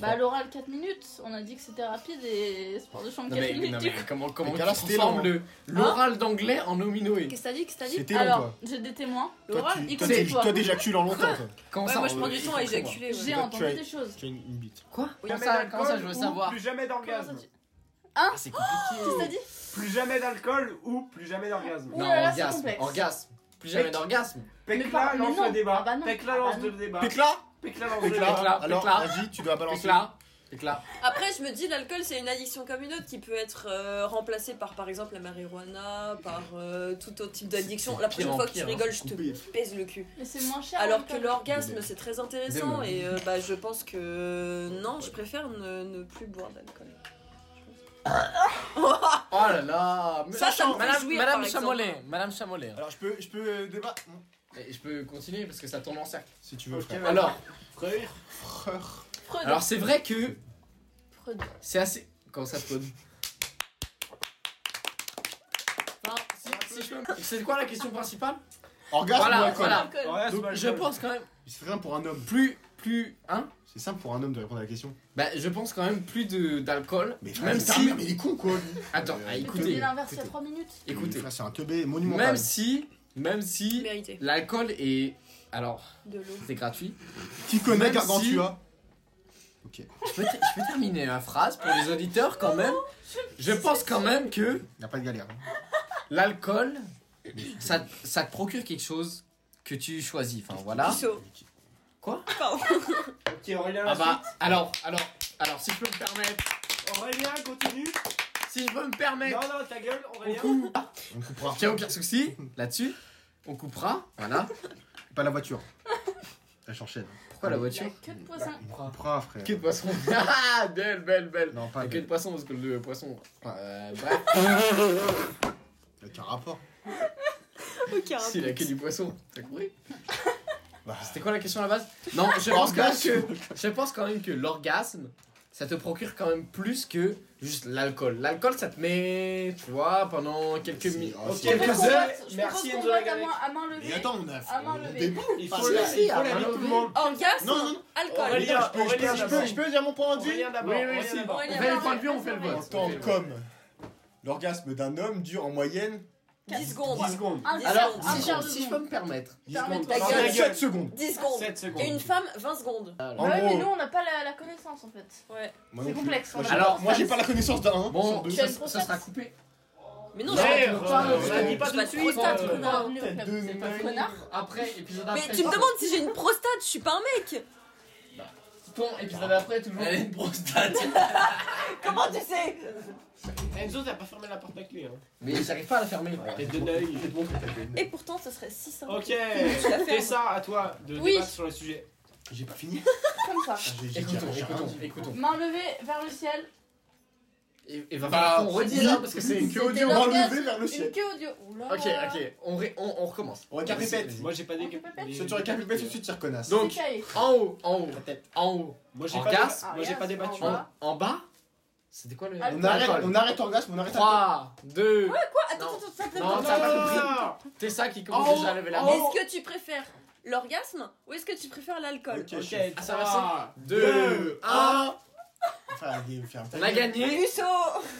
[SPEAKER 5] Bah, à l'oral 4 minutes, on a dit que c'était rapide et sport de chambre 4
[SPEAKER 1] non mais,
[SPEAKER 5] minutes.
[SPEAKER 1] non,
[SPEAKER 5] du
[SPEAKER 1] mais hein
[SPEAKER 5] coup.
[SPEAKER 1] comment comment
[SPEAKER 2] Mais
[SPEAKER 1] tu
[SPEAKER 2] Carla, c'était
[SPEAKER 1] transformes
[SPEAKER 2] long,
[SPEAKER 1] le l'oral d'anglais en nominoé
[SPEAKER 4] Qu'est-ce que t'as dit Qu'est-ce que t'as dit
[SPEAKER 2] C'était long,
[SPEAKER 5] Alors,
[SPEAKER 2] toi.
[SPEAKER 5] j'ai des témoins.
[SPEAKER 2] Toi,
[SPEAKER 5] L'oral,
[SPEAKER 2] tu-
[SPEAKER 5] il
[SPEAKER 2] toi,
[SPEAKER 5] compte
[SPEAKER 2] tu-
[SPEAKER 5] toi.
[SPEAKER 2] toi, d'éjacules en longtemps. toi.
[SPEAKER 1] Comment
[SPEAKER 4] Ouais,
[SPEAKER 1] ça
[SPEAKER 4] moi je
[SPEAKER 1] on-
[SPEAKER 4] prends du
[SPEAKER 1] il
[SPEAKER 4] temps
[SPEAKER 1] faut
[SPEAKER 4] à
[SPEAKER 1] que je vois.
[SPEAKER 4] éjaculer. ouais.
[SPEAKER 5] J'ai
[SPEAKER 2] toi, tu as-
[SPEAKER 5] entendu des choses.
[SPEAKER 2] Tu as une, une bite.
[SPEAKER 1] Comment
[SPEAKER 6] Jamais
[SPEAKER 1] ça, comment ça, je
[SPEAKER 6] d'alcool
[SPEAKER 1] veux
[SPEAKER 6] ou
[SPEAKER 1] savoir
[SPEAKER 6] Plus jamais d'orgasme.
[SPEAKER 5] Qu'est-ce
[SPEAKER 1] Ah, C'est compliqué.
[SPEAKER 5] que t'as dit
[SPEAKER 6] Plus jamais d'alcool ou plus jamais d'orgasme.
[SPEAKER 5] Ouh
[SPEAKER 1] Non,
[SPEAKER 5] là là, c'est
[SPEAKER 1] orgasme,
[SPEAKER 5] complexe.
[SPEAKER 1] orgasme. Plus jamais
[SPEAKER 6] Mec.
[SPEAKER 1] d'orgasme.
[SPEAKER 5] pas-
[SPEAKER 6] Pekla
[SPEAKER 5] mais
[SPEAKER 6] lance
[SPEAKER 5] non.
[SPEAKER 6] le débat.
[SPEAKER 5] Ah bah non.
[SPEAKER 6] Pekla
[SPEAKER 5] Ah bah
[SPEAKER 6] lance
[SPEAKER 5] non.
[SPEAKER 6] le débat.
[SPEAKER 2] Pécla
[SPEAKER 6] Pekla lance le
[SPEAKER 2] Pécla
[SPEAKER 6] débat.
[SPEAKER 1] Pécla,
[SPEAKER 2] Alors,
[SPEAKER 1] Pécla.
[SPEAKER 2] vas-y, tu dois balancer.
[SPEAKER 1] T'es là, t'es là.
[SPEAKER 4] Après, je me dis, l'alcool, c'est une addiction comme une autre qui peut être euh, remplacée par, par exemple, la marijuana, par euh, tout autre type d'addiction.
[SPEAKER 1] C'est
[SPEAKER 4] La
[SPEAKER 1] pire
[SPEAKER 4] prochaine
[SPEAKER 1] en
[SPEAKER 4] fois que
[SPEAKER 1] pire,
[SPEAKER 4] tu
[SPEAKER 1] hein,
[SPEAKER 4] rigoles,
[SPEAKER 1] c'est
[SPEAKER 4] je te
[SPEAKER 1] coupé.
[SPEAKER 4] pèse le cul.
[SPEAKER 5] Mais c'est moins cher.
[SPEAKER 4] Alors que
[SPEAKER 5] l'alcool.
[SPEAKER 4] l'orgasme,
[SPEAKER 1] Démon.
[SPEAKER 4] c'est très intéressant
[SPEAKER 1] Démon.
[SPEAKER 4] et euh, bah, je pense que euh, non, je préfère ne, ne plus boire d'alcool.
[SPEAKER 1] Oh là là. mais-
[SPEAKER 4] Ça, ça me fait
[SPEAKER 1] Madame,
[SPEAKER 4] jouir,
[SPEAKER 1] Madame
[SPEAKER 4] par exemple.
[SPEAKER 1] Chamolet, Madame Chamolet. hein.
[SPEAKER 2] Alors, je peux, je peux euh, débat
[SPEAKER 1] Et je peux continuer parce que ça tourne en cercle.
[SPEAKER 2] Si tu
[SPEAKER 1] Oh,
[SPEAKER 2] veux,
[SPEAKER 6] Ok,
[SPEAKER 2] frère.
[SPEAKER 6] vas-y.
[SPEAKER 1] Alors,
[SPEAKER 6] Frère.
[SPEAKER 2] Frère.
[SPEAKER 5] Freud.
[SPEAKER 1] alors c'est vrai que
[SPEAKER 5] Freud.
[SPEAKER 1] c'est assez. Comment ça prône Enfin, si, si je peux- C'est quoi la question principale
[SPEAKER 2] Orgasme
[SPEAKER 1] Voilà,
[SPEAKER 2] ou alcool
[SPEAKER 1] voilà.
[SPEAKER 5] Alcool.
[SPEAKER 6] Orgasme,
[SPEAKER 1] Donc, je
[SPEAKER 6] alcool.
[SPEAKER 1] pense quand même
[SPEAKER 2] C'est rien pour un homme.
[SPEAKER 1] plus plus hein
[SPEAKER 2] C'est simple pour un homme de répondre à la question.
[SPEAKER 1] bah, je pense quand même plus de d'alcool
[SPEAKER 2] frère,
[SPEAKER 1] même
[SPEAKER 2] ta
[SPEAKER 1] si
[SPEAKER 2] mère, mais il est con quoi lui.
[SPEAKER 1] attends
[SPEAKER 2] Euh,
[SPEAKER 1] ah,
[SPEAKER 5] Mais tu dis
[SPEAKER 1] écoutez
[SPEAKER 5] l'inverse il y a
[SPEAKER 2] écoutez.
[SPEAKER 5] 3 minutes.
[SPEAKER 1] écoutez
[SPEAKER 2] Frère, c'est un teubé monumental.
[SPEAKER 1] même si même si
[SPEAKER 4] Mérité.
[SPEAKER 1] l'alcool est alors
[SPEAKER 4] De l'eau.
[SPEAKER 1] c'est gratuit
[SPEAKER 2] Qui connaît
[SPEAKER 1] Même
[SPEAKER 2] Gargantua
[SPEAKER 1] je peux, te- je peux terminer ma phrase pour les auditeurs quand même je pense quand même que
[SPEAKER 2] Y'a pas de galère. hein.
[SPEAKER 1] l'alcool ça, ça te procure quelque chose que tu choisis enfin voilà
[SPEAKER 4] Puceau.
[SPEAKER 1] Quoi
[SPEAKER 4] Pardon.
[SPEAKER 6] Ok, Aurélien, la
[SPEAKER 1] ah bah
[SPEAKER 6] suite.
[SPEAKER 1] alors alors alors si je peux me permettre
[SPEAKER 6] Aurélien, continue.
[SPEAKER 1] si je peux me
[SPEAKER 6] Non,
[SPEAKER 1] permettre
[SPEAKER 6] non, ta gueule,
[SPEAKER 1] on
[SPEAKER 6] Aurélien.
[SPEAKER 1] coupe
[SPEAKER 2] On coupera.
[SPEAKER 1] il y a aucun souci là-dessus on coupera voilà
[SPEAKER 2] Pas la voiture. Elle s'enchaîne.
[SPEAKER 1] pourquoi la
[SPEAKER 5] Il y a
[SPEAKER 1] voiture
[SPEAKER 5] que de poisson.
[SPEAKER 2] On coupera, frère.
[SPEAKER 1] Que de poisson Ah Belle, belle, belle
[SPEAKER 2] Non, pas
[SPEAKER 1] Ah, Que de
[SPEAKER 2] avec.
[SPEAKER 1] poisson, parce que le poisson. Euh, bref,
[SPEAKER 2] Avec un rapport.
[SPEAKER 4] Aucun
[SPEAKER 1] s'il a que du poisson, t'as compris
[SPEAKER 2] Bah.
[SPEAKER 1] C'était quoi la question à la base Non, je pense, quand même que, je pense quand même que l'orgasme, ça te procure quand même plus que juste l'alcool. L'alcool, ça te met, tu vois, pendant quelques
[SPEAKER 2] C'est-
[SPEAKER 1] minutes.
[SPEAKER 2] oh,
[SPEAKER 6] Ok,
[SPEAKER 5] Je
[SPEAKER 2] c'est-
[SPEAKER 5] propose
[SPEAKER 6] Quelques
[SPEAKER 5] qu'on
[SPEAKER 6] heures.
[SPEAKER 5] vote- je
[SPEAKER 6] Merci,
[SPEAKER 5] propose qu'on
[SPEAKER 6] Enzo
[SPEAKER 5] vote à
[SPEAKER 6] Lagarde.
[SPEAKER 5] main- à main
[SPEAKER 2] Mais
[SPEAKER 5] levée.
[SPEAKER 2] attends, on a.
[SPEAKER 5] À main
[SPEAKER 2] on
[SPEAKER 5] levée.
[SPEAKER 2] débat.
[SPEAKER 6] Il
[SPEAKER 2] Ah,
[SPEAKER 6] faut
[SPEAKER 2] si,
[SPEAKER 6] la
[SPEAKER 1] si,
[SPEAKER 6] il faut
[SPEAKER 1] à
[SPEAKER 6] la
[SPEAKER 1] main
[SPEAKER 6] vie de tout
[SPEAKER 1] levée.
[SPEAKER 6] le monde.
[SPEAKER 4] Orgasme,
[SPEAKER 2] Non, non, non.
[SPEAKER 4] alcool.
[SPEAKER 6] Aurélien,
[SPEAKER 2] Je peux- je peux-
[SPEAKER 6] Aurélien
[SPEAKER 2] je peux-
[SPEAKER 6] d'abord.
[SPEAKER 2] je peux dire mon point de vue
[SPEAKER 6] Aurélien d'abord.
[SPEAKER 1] Oui, oui,
[SPEAKER 6] Aurélien
[SPEAKER 1] si.
[SPEAKER 6] d'abord.
[SPEAKER 1] On
[SPEAKER 5] Aurélien,
[SPEAKER 1] fait le
[SPEAKER 5] Aurélien,
[SPEAKER 1] point de vue, on
[SPEAKER 5] Aurélien,
[SPEAKER 1] fait le
[SPEAKER 5] Aurélien.
[SPEAKER 1] vote.
[SPEAKER 2] En tant qu'homme, l'orgasme d'un homme dure en moyenne
[SPEAKER 4] Dix secondes.
[SPEAKER 6] 10 secondes.
[SPEAKER 5] Un
[SPEAKER 1] Alors,
[SPEAKER 5] quart
[SPEAKER 1] si
[SPEAKER 5] de
[SPEAKER 1] je,
[SPEAKER 5] seconde.
[SPEAKER 1] si je peux me permettre,
[SPEAKER 6] 10 secondes.
[SPEAKER 5] Ta
[SPEAKER 6] Ferme
[SPEAKER 4] gueule.
[SPEAKER 6] ta gueule.
[SPEAKER 2] 7 secondes.
[SPEAKER 4] 10 secondes.
[SPEAKER 6] 7 secondes.
[SPEAKER 4] Et une femme, 20 secondes.
[SPEAKER 2] En
[SPEAKER 5] Bah ouais, mais
[SPEAKER 2] gros.
[SPEAKER 5] nous on n'a pas la, la connaissance en fait.
[SPEAKER 4] Ouais.
[SPEAKER 2] Moi
[SPEAKER 5] C'est
[SPEAKER 2] non plus.
[SPEAKER 5] complexe.
[SPEAKER 2] Moi,
[SPEAKER 5] on
[SPEAKER 2] j'ai-
[SPEAKER 5] a
[SPEAKER 1] Alors,
[SPEAKER 2] Moi
[SPEAKER 5] pas
[SPEAKER 2] j'ai
[SPEAKER 5] conscience.
[SPEAKER 2] pas la connaissance d'un. hein,
[SPEAKER 1] bon,
[SPEAKER 2] sur deux.
[SPEAKER 5] tu as
[SPEAKER 1] ça,
[SPEAKER 5] une
[SPEAKER 1] ça
[SPEAKER 5] prostate.
[SPEAKER 1] sera coupé.
[SPEAKER 4] Mais non,
[SPEAKER 6] Ouais,
[SPEAKER 4] j'ai
[SPEAKER 6] euh,
[SPEAKER 4] pas
[SPEAKER 6] on a dit
[SPEAKER 4] dit
[SPEAKER 6] pas
[SPEAKER 4] pas
[SPEAKER 6] tout
[SPEAKER 4] de prostate,
[SPEAKER 6] pour, euh,
[SPEAKER 4] connard.
[SPEAKER 5] Bienvenue au club, c'est pas connard.
[SPEAKER 1] Après, épisode après.
[SPEAKER 4] Mais tu me demandes si j'ai une prostate, je suis pas un mec.
[SPEAKER 1] Ton épisode après, toujours.
[SPEAKER 7] Elle a une prostate.
[SPEAKER 4] Comment tu sais
[SPEAKER 6] Enzo, t'as pas fermé la porte à clé. Hein.
[SPEAKER 1] Mais j'arrive pas à la fermer.
[SPEAKER 6] T'es de l'œil.
[SPEAKER 4] Et pourtant, ça serait si simple.
[SPEAKER 6] Ok,
[SPEAKER 4] la fermes.
[SPEAKER 6] Tessa, à toi de
[SPEAKER 5] Oui.
[SPEAKER 6] débattre sur le sujet.
[SPEAKER 2] J'ai pas fini.
[SPEAKER 5] Comme ça.
[SPEAKER 1] Écoutons, écoutons, écoutons.
[SPEAKER 5] Main levée vers le ciel.
[SPEAKER 1] Et, et va
[SPEAKER 2] Bah,
[SPEAKER 1] falloir qu'on redise, hein, parce que c'est.
[SPEAKER 2] une
[SPEAKER 5] C'était
[SPEAKER 2] queue audio main
[SPEAKER 5] l'orgasme,
[SPEAKER 2] levée vers le
[SPEAKER 5] Une
[SPEAKER 2] ciel.
[SPEAKER 5] queue audio. Oula.
[SPEAKER 1] Ok, ok, on, ré- on, on recommence.
[SPEAKER 2] On récapépète.
[SPEAKER 1] Vas-y,
[SPEAKER 6] Moi, j'ai pas des.
[SPEAKER 5] On fait pas
[SPEAKER 6] mais-
[SPEAKER 2] Si tu récapitule tout de suite, tu reconnasse.
[SPEAKER 5] C'est
[SPEAKER 1] Donc,
[SPEAKER 5] caillé.
[SPEAKER 1] vas-y. en haut, en haut,
[SPEAKER 2] La tête.
[SPEAKER 1] en haut,
[SPEAKER 6] Moi, j'ai
[SPEAKER 1] En
[SPEAKER 6] pas,
[SPEAKER 1] casse,
[SPEAKER 6] déba- moi, j'ai pas débattu.
[SPEAKER 1] Ah, en, en bas. C'était quoi le.
[SPEAKER 5] Ah,
[SPEAKER 2] On arrête, on arrête orgasme, on arrête.
[SPEAKER 1] 3, 2. Ouais, quoi
[SPEAKER 4] Attends, attends, attends, attends,
[SPEAKER 1] Non,
[SPEAKER 4] attends.
[SPEAKER 1] t'as pas
[SPEAKER 6] non,
[SPEAKER 1] compris.
[SPEAKER 6] non, non.
[SPEAKER 1] T'es ça qui commence déjà à lever la main.
[SPEAKER 4] Est-ce que tu préfères l'orgasme ou est-ce que tu préfères l'alcool
[SPEAKER 2] Ok, je
[SPEAKER 6] Ok,
[SPEAKER 1] Ah, Ça va,
[SPEAKER 6] trois,
[SPEAKER 1] 2, 1.
[SPEAKER 2] Enfin, il ferme ta
[SPEAKER 1] On a
[SPEAKER 2] gueule.
[SPEAKER 1] gagné.
[SPEAKER 4] Uso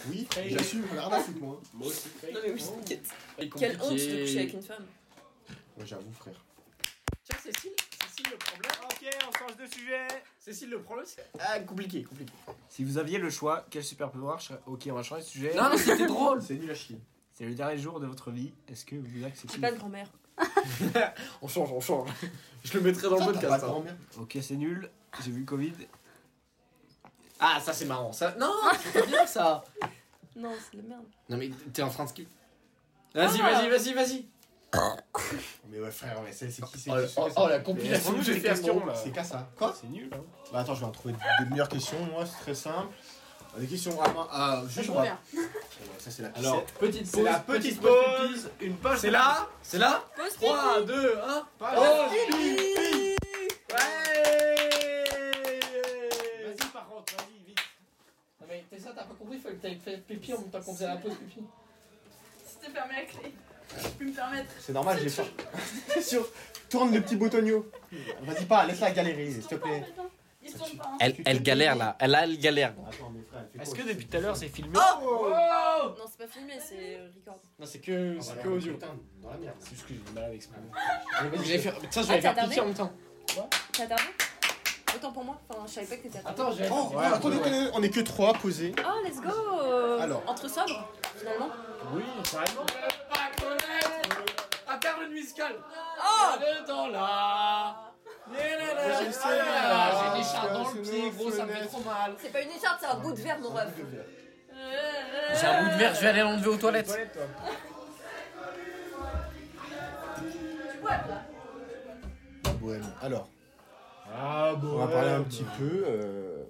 [SPEAKER 2] Oui, j'assume, on a rien à foutre, moi.
[SPEAKER 6] Moi aussi.
[SPEAKER 1] Ah.
[SPEAKER 4] Quelle honte de coucher avec
[SPEAKER 1] Tu
[SPEAKER 4] une femme.
[SPEAKER 2] Ouais, j'avoue, frère.
[SPEAKER 1] vois, Cécile, Cécile, le problème.
[SPEAKER 6] Ok, on change de sujet.
[SPEAKER 1] Cécile, le problème, c'est. Ah, compliqué, compliqué.
[SPEAKER 6] Si vous aviez le choix, quel super pouvoir je serais- Ok, on va changer de sujet.
[SPEAKER 1] Non, mais c'était drôle.
[SPEAKER 2] C'est nul à chier.
[SPEAKER 6] C'est le dernier jour de votre vie. Est-ce que vous
[SPEAKER 4] J'ai
[SPEAKER 6] acceptez
[SPEAKER 4] pas de grand-mère.
[SPEAKER 1] On change, on change. Je le mettrai dans le podcast. hein.
[SPEAKER 6] Ok, c'est nul. J'ai vu le Covid.
[SPEAKER 1] Ah, ça c'est marrant. Ça... Non, c'est bien ça.
[SPEAKER 4] Non, c'est de la merde.
[SPEAKER 1] Non, mais t'es en train de ski. Vas-y,
[SPEAKER 4] Ah.
[SPEAKER 1] vas-y, vas-y, vas-y.
[SPEAKER 2] Mais ouais, frère, mais c'est c'est qui c'est
[SPEAKER 1] Oh,
[SPEAKER 2] qui,
[SPEAKER 1] oh,
[SPEAKER 2] c'est-
[SPEAKER 1] oh, la
[SPEAKER 6] Mais
[SPEAKER 1] compilation
[SPEAKER 6] sans
[SPEAKER 1] que j'ai
[SPEAKER 6] des
[SPEAKER 1] fait à
[SPEAKER 6] questions
[SPEAKER 1] mon-
[SPEAKER 6] là.
[SPEAKER 2] C'est qu'à ça. Quoi
[SPEAKER 6] C'est nul. hein.
[SPEAKER 2] Bah attends, je vais en trouver des meilleures questions, moi, c'est très simple. Euh, Des questions à main. Ah, juste on va-
[SPEAKER 5] Ouvert.
[SPEAKER 2] Ça, c'est la
[SPEAKER 1] Alors,
[SPEAKER 2] pissette.
[SPEAKER 1] petite
[SPEAKER 6] C'est
[SPEAKER 1] pause.
[SPEAKER 6] la petite pause. Une page.
[SPEAKER 1] C'est là, c'est là.
[SPEAKER 4] Pause
[SPEAKER 1] 3, 2, 1.
[SPEAKER 6] Page.
[SPEAKER 1] Ouais
[SPEAKER 6] Vas-y, par contre, vas-y, vite.
[SPEAKER 1] Non mais t'es ça, t'as pas compris, il fallait que t'ailles faire pipi en même temps qu'on faisait la pause pipi.
[SPEAKER 5] C'était fermé la clé. Je peux me permettre.
[SPEAKER 2] C'est normal, j'ai faim. Sur- Tourne le petit botonio. Vas-y pas, laisse-la galérer, s'il te plaît.
[SPEAKER 5] Il se tourne pas. hein.
[SPEAKER 1] Elle, elle galère là, elle, là, elle galère.
[SPEAKER 2] Attends, mais frère, elle fait
[SPEAKER 6] Est-ce
[SPEAKER 2] quoi,
[SPEAKER 6] que
[SPEAKER 2] ce
[SPEAKER 6] depuis
[SPEAKER 2] truc
[SPEAKER 6] tout à l'heure c'est filmé
[SPEAKER 1] Oh
[SPEAKER 4] Non, c'est pas filmé, c'est record.
[SPEAKER 1] Non c'est que,
[SPEAKER 2] Ah,
[SPEAKER 1] c'est
[SPEAKER 2] bah,
[SPEAKER 1] que audio.
[SPEAKER 2] putain, Dans la merde.
[SPEAKER 6] C'est juste que j'ai du mal à m'exprimer.
[SPEAKER 1] J'allais faire, putain,
[SPEAKER 4] Ah,
[SPEAKER 1] j'allais
[SPEAKER 4] t'as
[SPEAKER 1] faire pipi
[SPEAKER 4] tardé
[SPEAKER 1] en même temps.
[SPEAKER 4] T'as tardé Autant pour moi, enfin, je savais pas que t'étais attardé.
[SPEAKER 1] Attends, j'allais.
[SPEAKER 2] Oh,
[SPEAKER 1] faire pipi.
[SPEAKER 2] ouais, attendez, attendez, on est que trois posés.
[SPEAKER 4] Oh, let's go
[SPEAKER 2] Alors.
[SPEAKER 4] Entre sobres, finalement.
[SPEAKER 6] Oui, carrément.
[SPEAKER 1] Pas connaître. À faire une musicale.
[SPEAKER 4] Oh
[SPEAKER 1] Le temps là.
[SPEAKER 2] Ah,
[SPEAKER 1] J'ai
[SPEAKER 2] je sais, là.
[SPEAKER 1] euh, des chats dans
[SPEAKER 2] C'est
[SPEAKER 1] le
[SPEAKER 2] nos
[SPEAKER 1] pied, gros, ça me fait
[SPEAKER 2] fenêtres.
[SPEAKER 1] trop mal.
[SPEAKER 4] C'est pas une écharpe, c'est un bout de verre, mon ref. Euh,
[SPEAKER 1] J'ai un bout de verre, je vais aller l'enlever aux toilettes.
[SPEAKER 6] Toilette, toi.
[SPEAKER 2] Bohème. Alors,
[SPEAKER 6] Ah bon.
[SPEAKER 2] on va parler un petit peu. euh,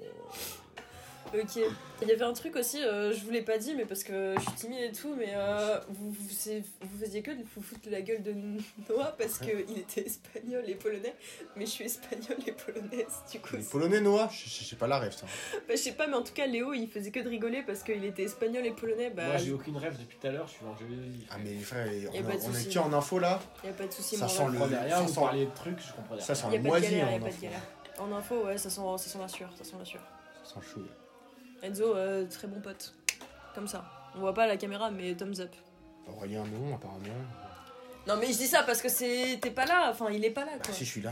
[SPEAKER 4] Ok. Il y avait un truc aussi, euh, je vous l'ai pas dit, mais parce que je suis timide et tout, mais euh, vous, vous, c'est- vous faisiez que de vous foutre de la gueule de Noah parce qu'il était espagnol et polonais, mais je suis espagnole et polonaise, du coup.
[SPEAKER 2] Les
[SPEAKER 4] c'est-
[SPEAKER 2] Polonais, Noah Je je- je sais pas la rêve, ça.
[SPEAKER 4] Bah, je sais pas, mais en tout cas, Léo, il faisait que de rigoler parce qu'il était espagnol et polonais. Bah,
[SPEAKER 6] Moi, j'ai aucune rêve depuis tout à l'heure, je suis en jeu de
[SPEAKER 2] Ah, mais frère, on,
[SPEAKER 1] Eh
[SPEAKER 4] Y a pas
[SPEAKER 1] ben,
[SPEAKER 4] de
[SPEAKER 2] on est
[SPEAKER 4] souci.
[SPEAKER 2] qui en info là
[SPEAKER 4] y a pas de souci,
[SPEAKER 2] Ça
[SPEAKER 4] mon
[SPEAKER 2] sent
[SPEAKER 4] ref.
[SPEAKER 2] le-
[SPEAKER 6] comprends derrière,
[SPEAKER 2] ça
[SPEAKER 6] vous
[SPEAKER 2] sent-
[SPEAKER 6] parlez de trucs, je comprends rien.
[SPEAKER 2] Ça sent
[SPEAKER 4] Y a
[SPEAKER 2] le
[SPEAKER 4] pas de
[SPEAKER 2] moisi hein,
[SPEAKER 4] galère,
[SPEAKER 2] en
[SPEAKER 4] y a pas
[SPEAKER 2] info.
[SPEAKER 4] de galère. En info, ouais, ça sent, ça sent la sueur, ça sent la sueur.
[SPEAKER 2] Ça sent chaud.
[SPEAKER 4] Enzo, euh, très bon pote. Comme ça. On voit pas à la caméra, mais thumbs up.
[SPEAKER 2] Aurélien, non, apparemment. Bah,
[SPEAKER 4] Non, mais je dis ça parce que c'est- t'es pas là, enfin, il est pas là,
[SPEAKER 2] Bah,
[SPEAKER 4] quoi.
[SPEAKER 2] si, je suis là.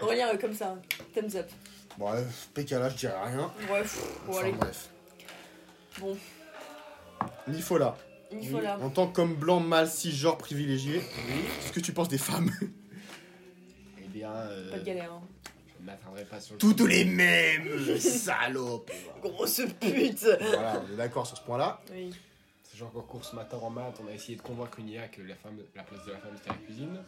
[SPEAKER 4] Aurélien, euh, comme ça, thumbs up.
[SPEAKER 2] bon, ouais, PK là, je dirais rien.
[SPEAKER 4] Ouais, pff, bon,
[SPEAKER 2] Enfin,
[SPEAKER 4] allez.
[SPEAKER 2] bref.
[SPEAKER 4] Bon.
[SPEAKER 2] Nifola,
[SPEAKER 4] Il faut là.
[SPEAKER 2] en tant qu'homme blanc mâle cisgenre privilégié, qu'est-ce que tu penses des femmes
[SPEAKER 6] Eh bien, euh,
[SPEAKER 4] Pas de galère. hein.
[SPEAKER 6] je ne m'atteindrai pas sur le
[SPEAKER 2] Toutes les mêmes, salopes
[SPEAKER 4] Grosse pute
[SPEAKER 2] Voilà, on est d'accord sur ce point-là.
[SPEAKER 4] Oui.
[SPEAKER 6] C'est genre qu'en cours ce matin en maths, on a essayé de convaincre une IA que la, femme, la place de la femme c'était la cuisine.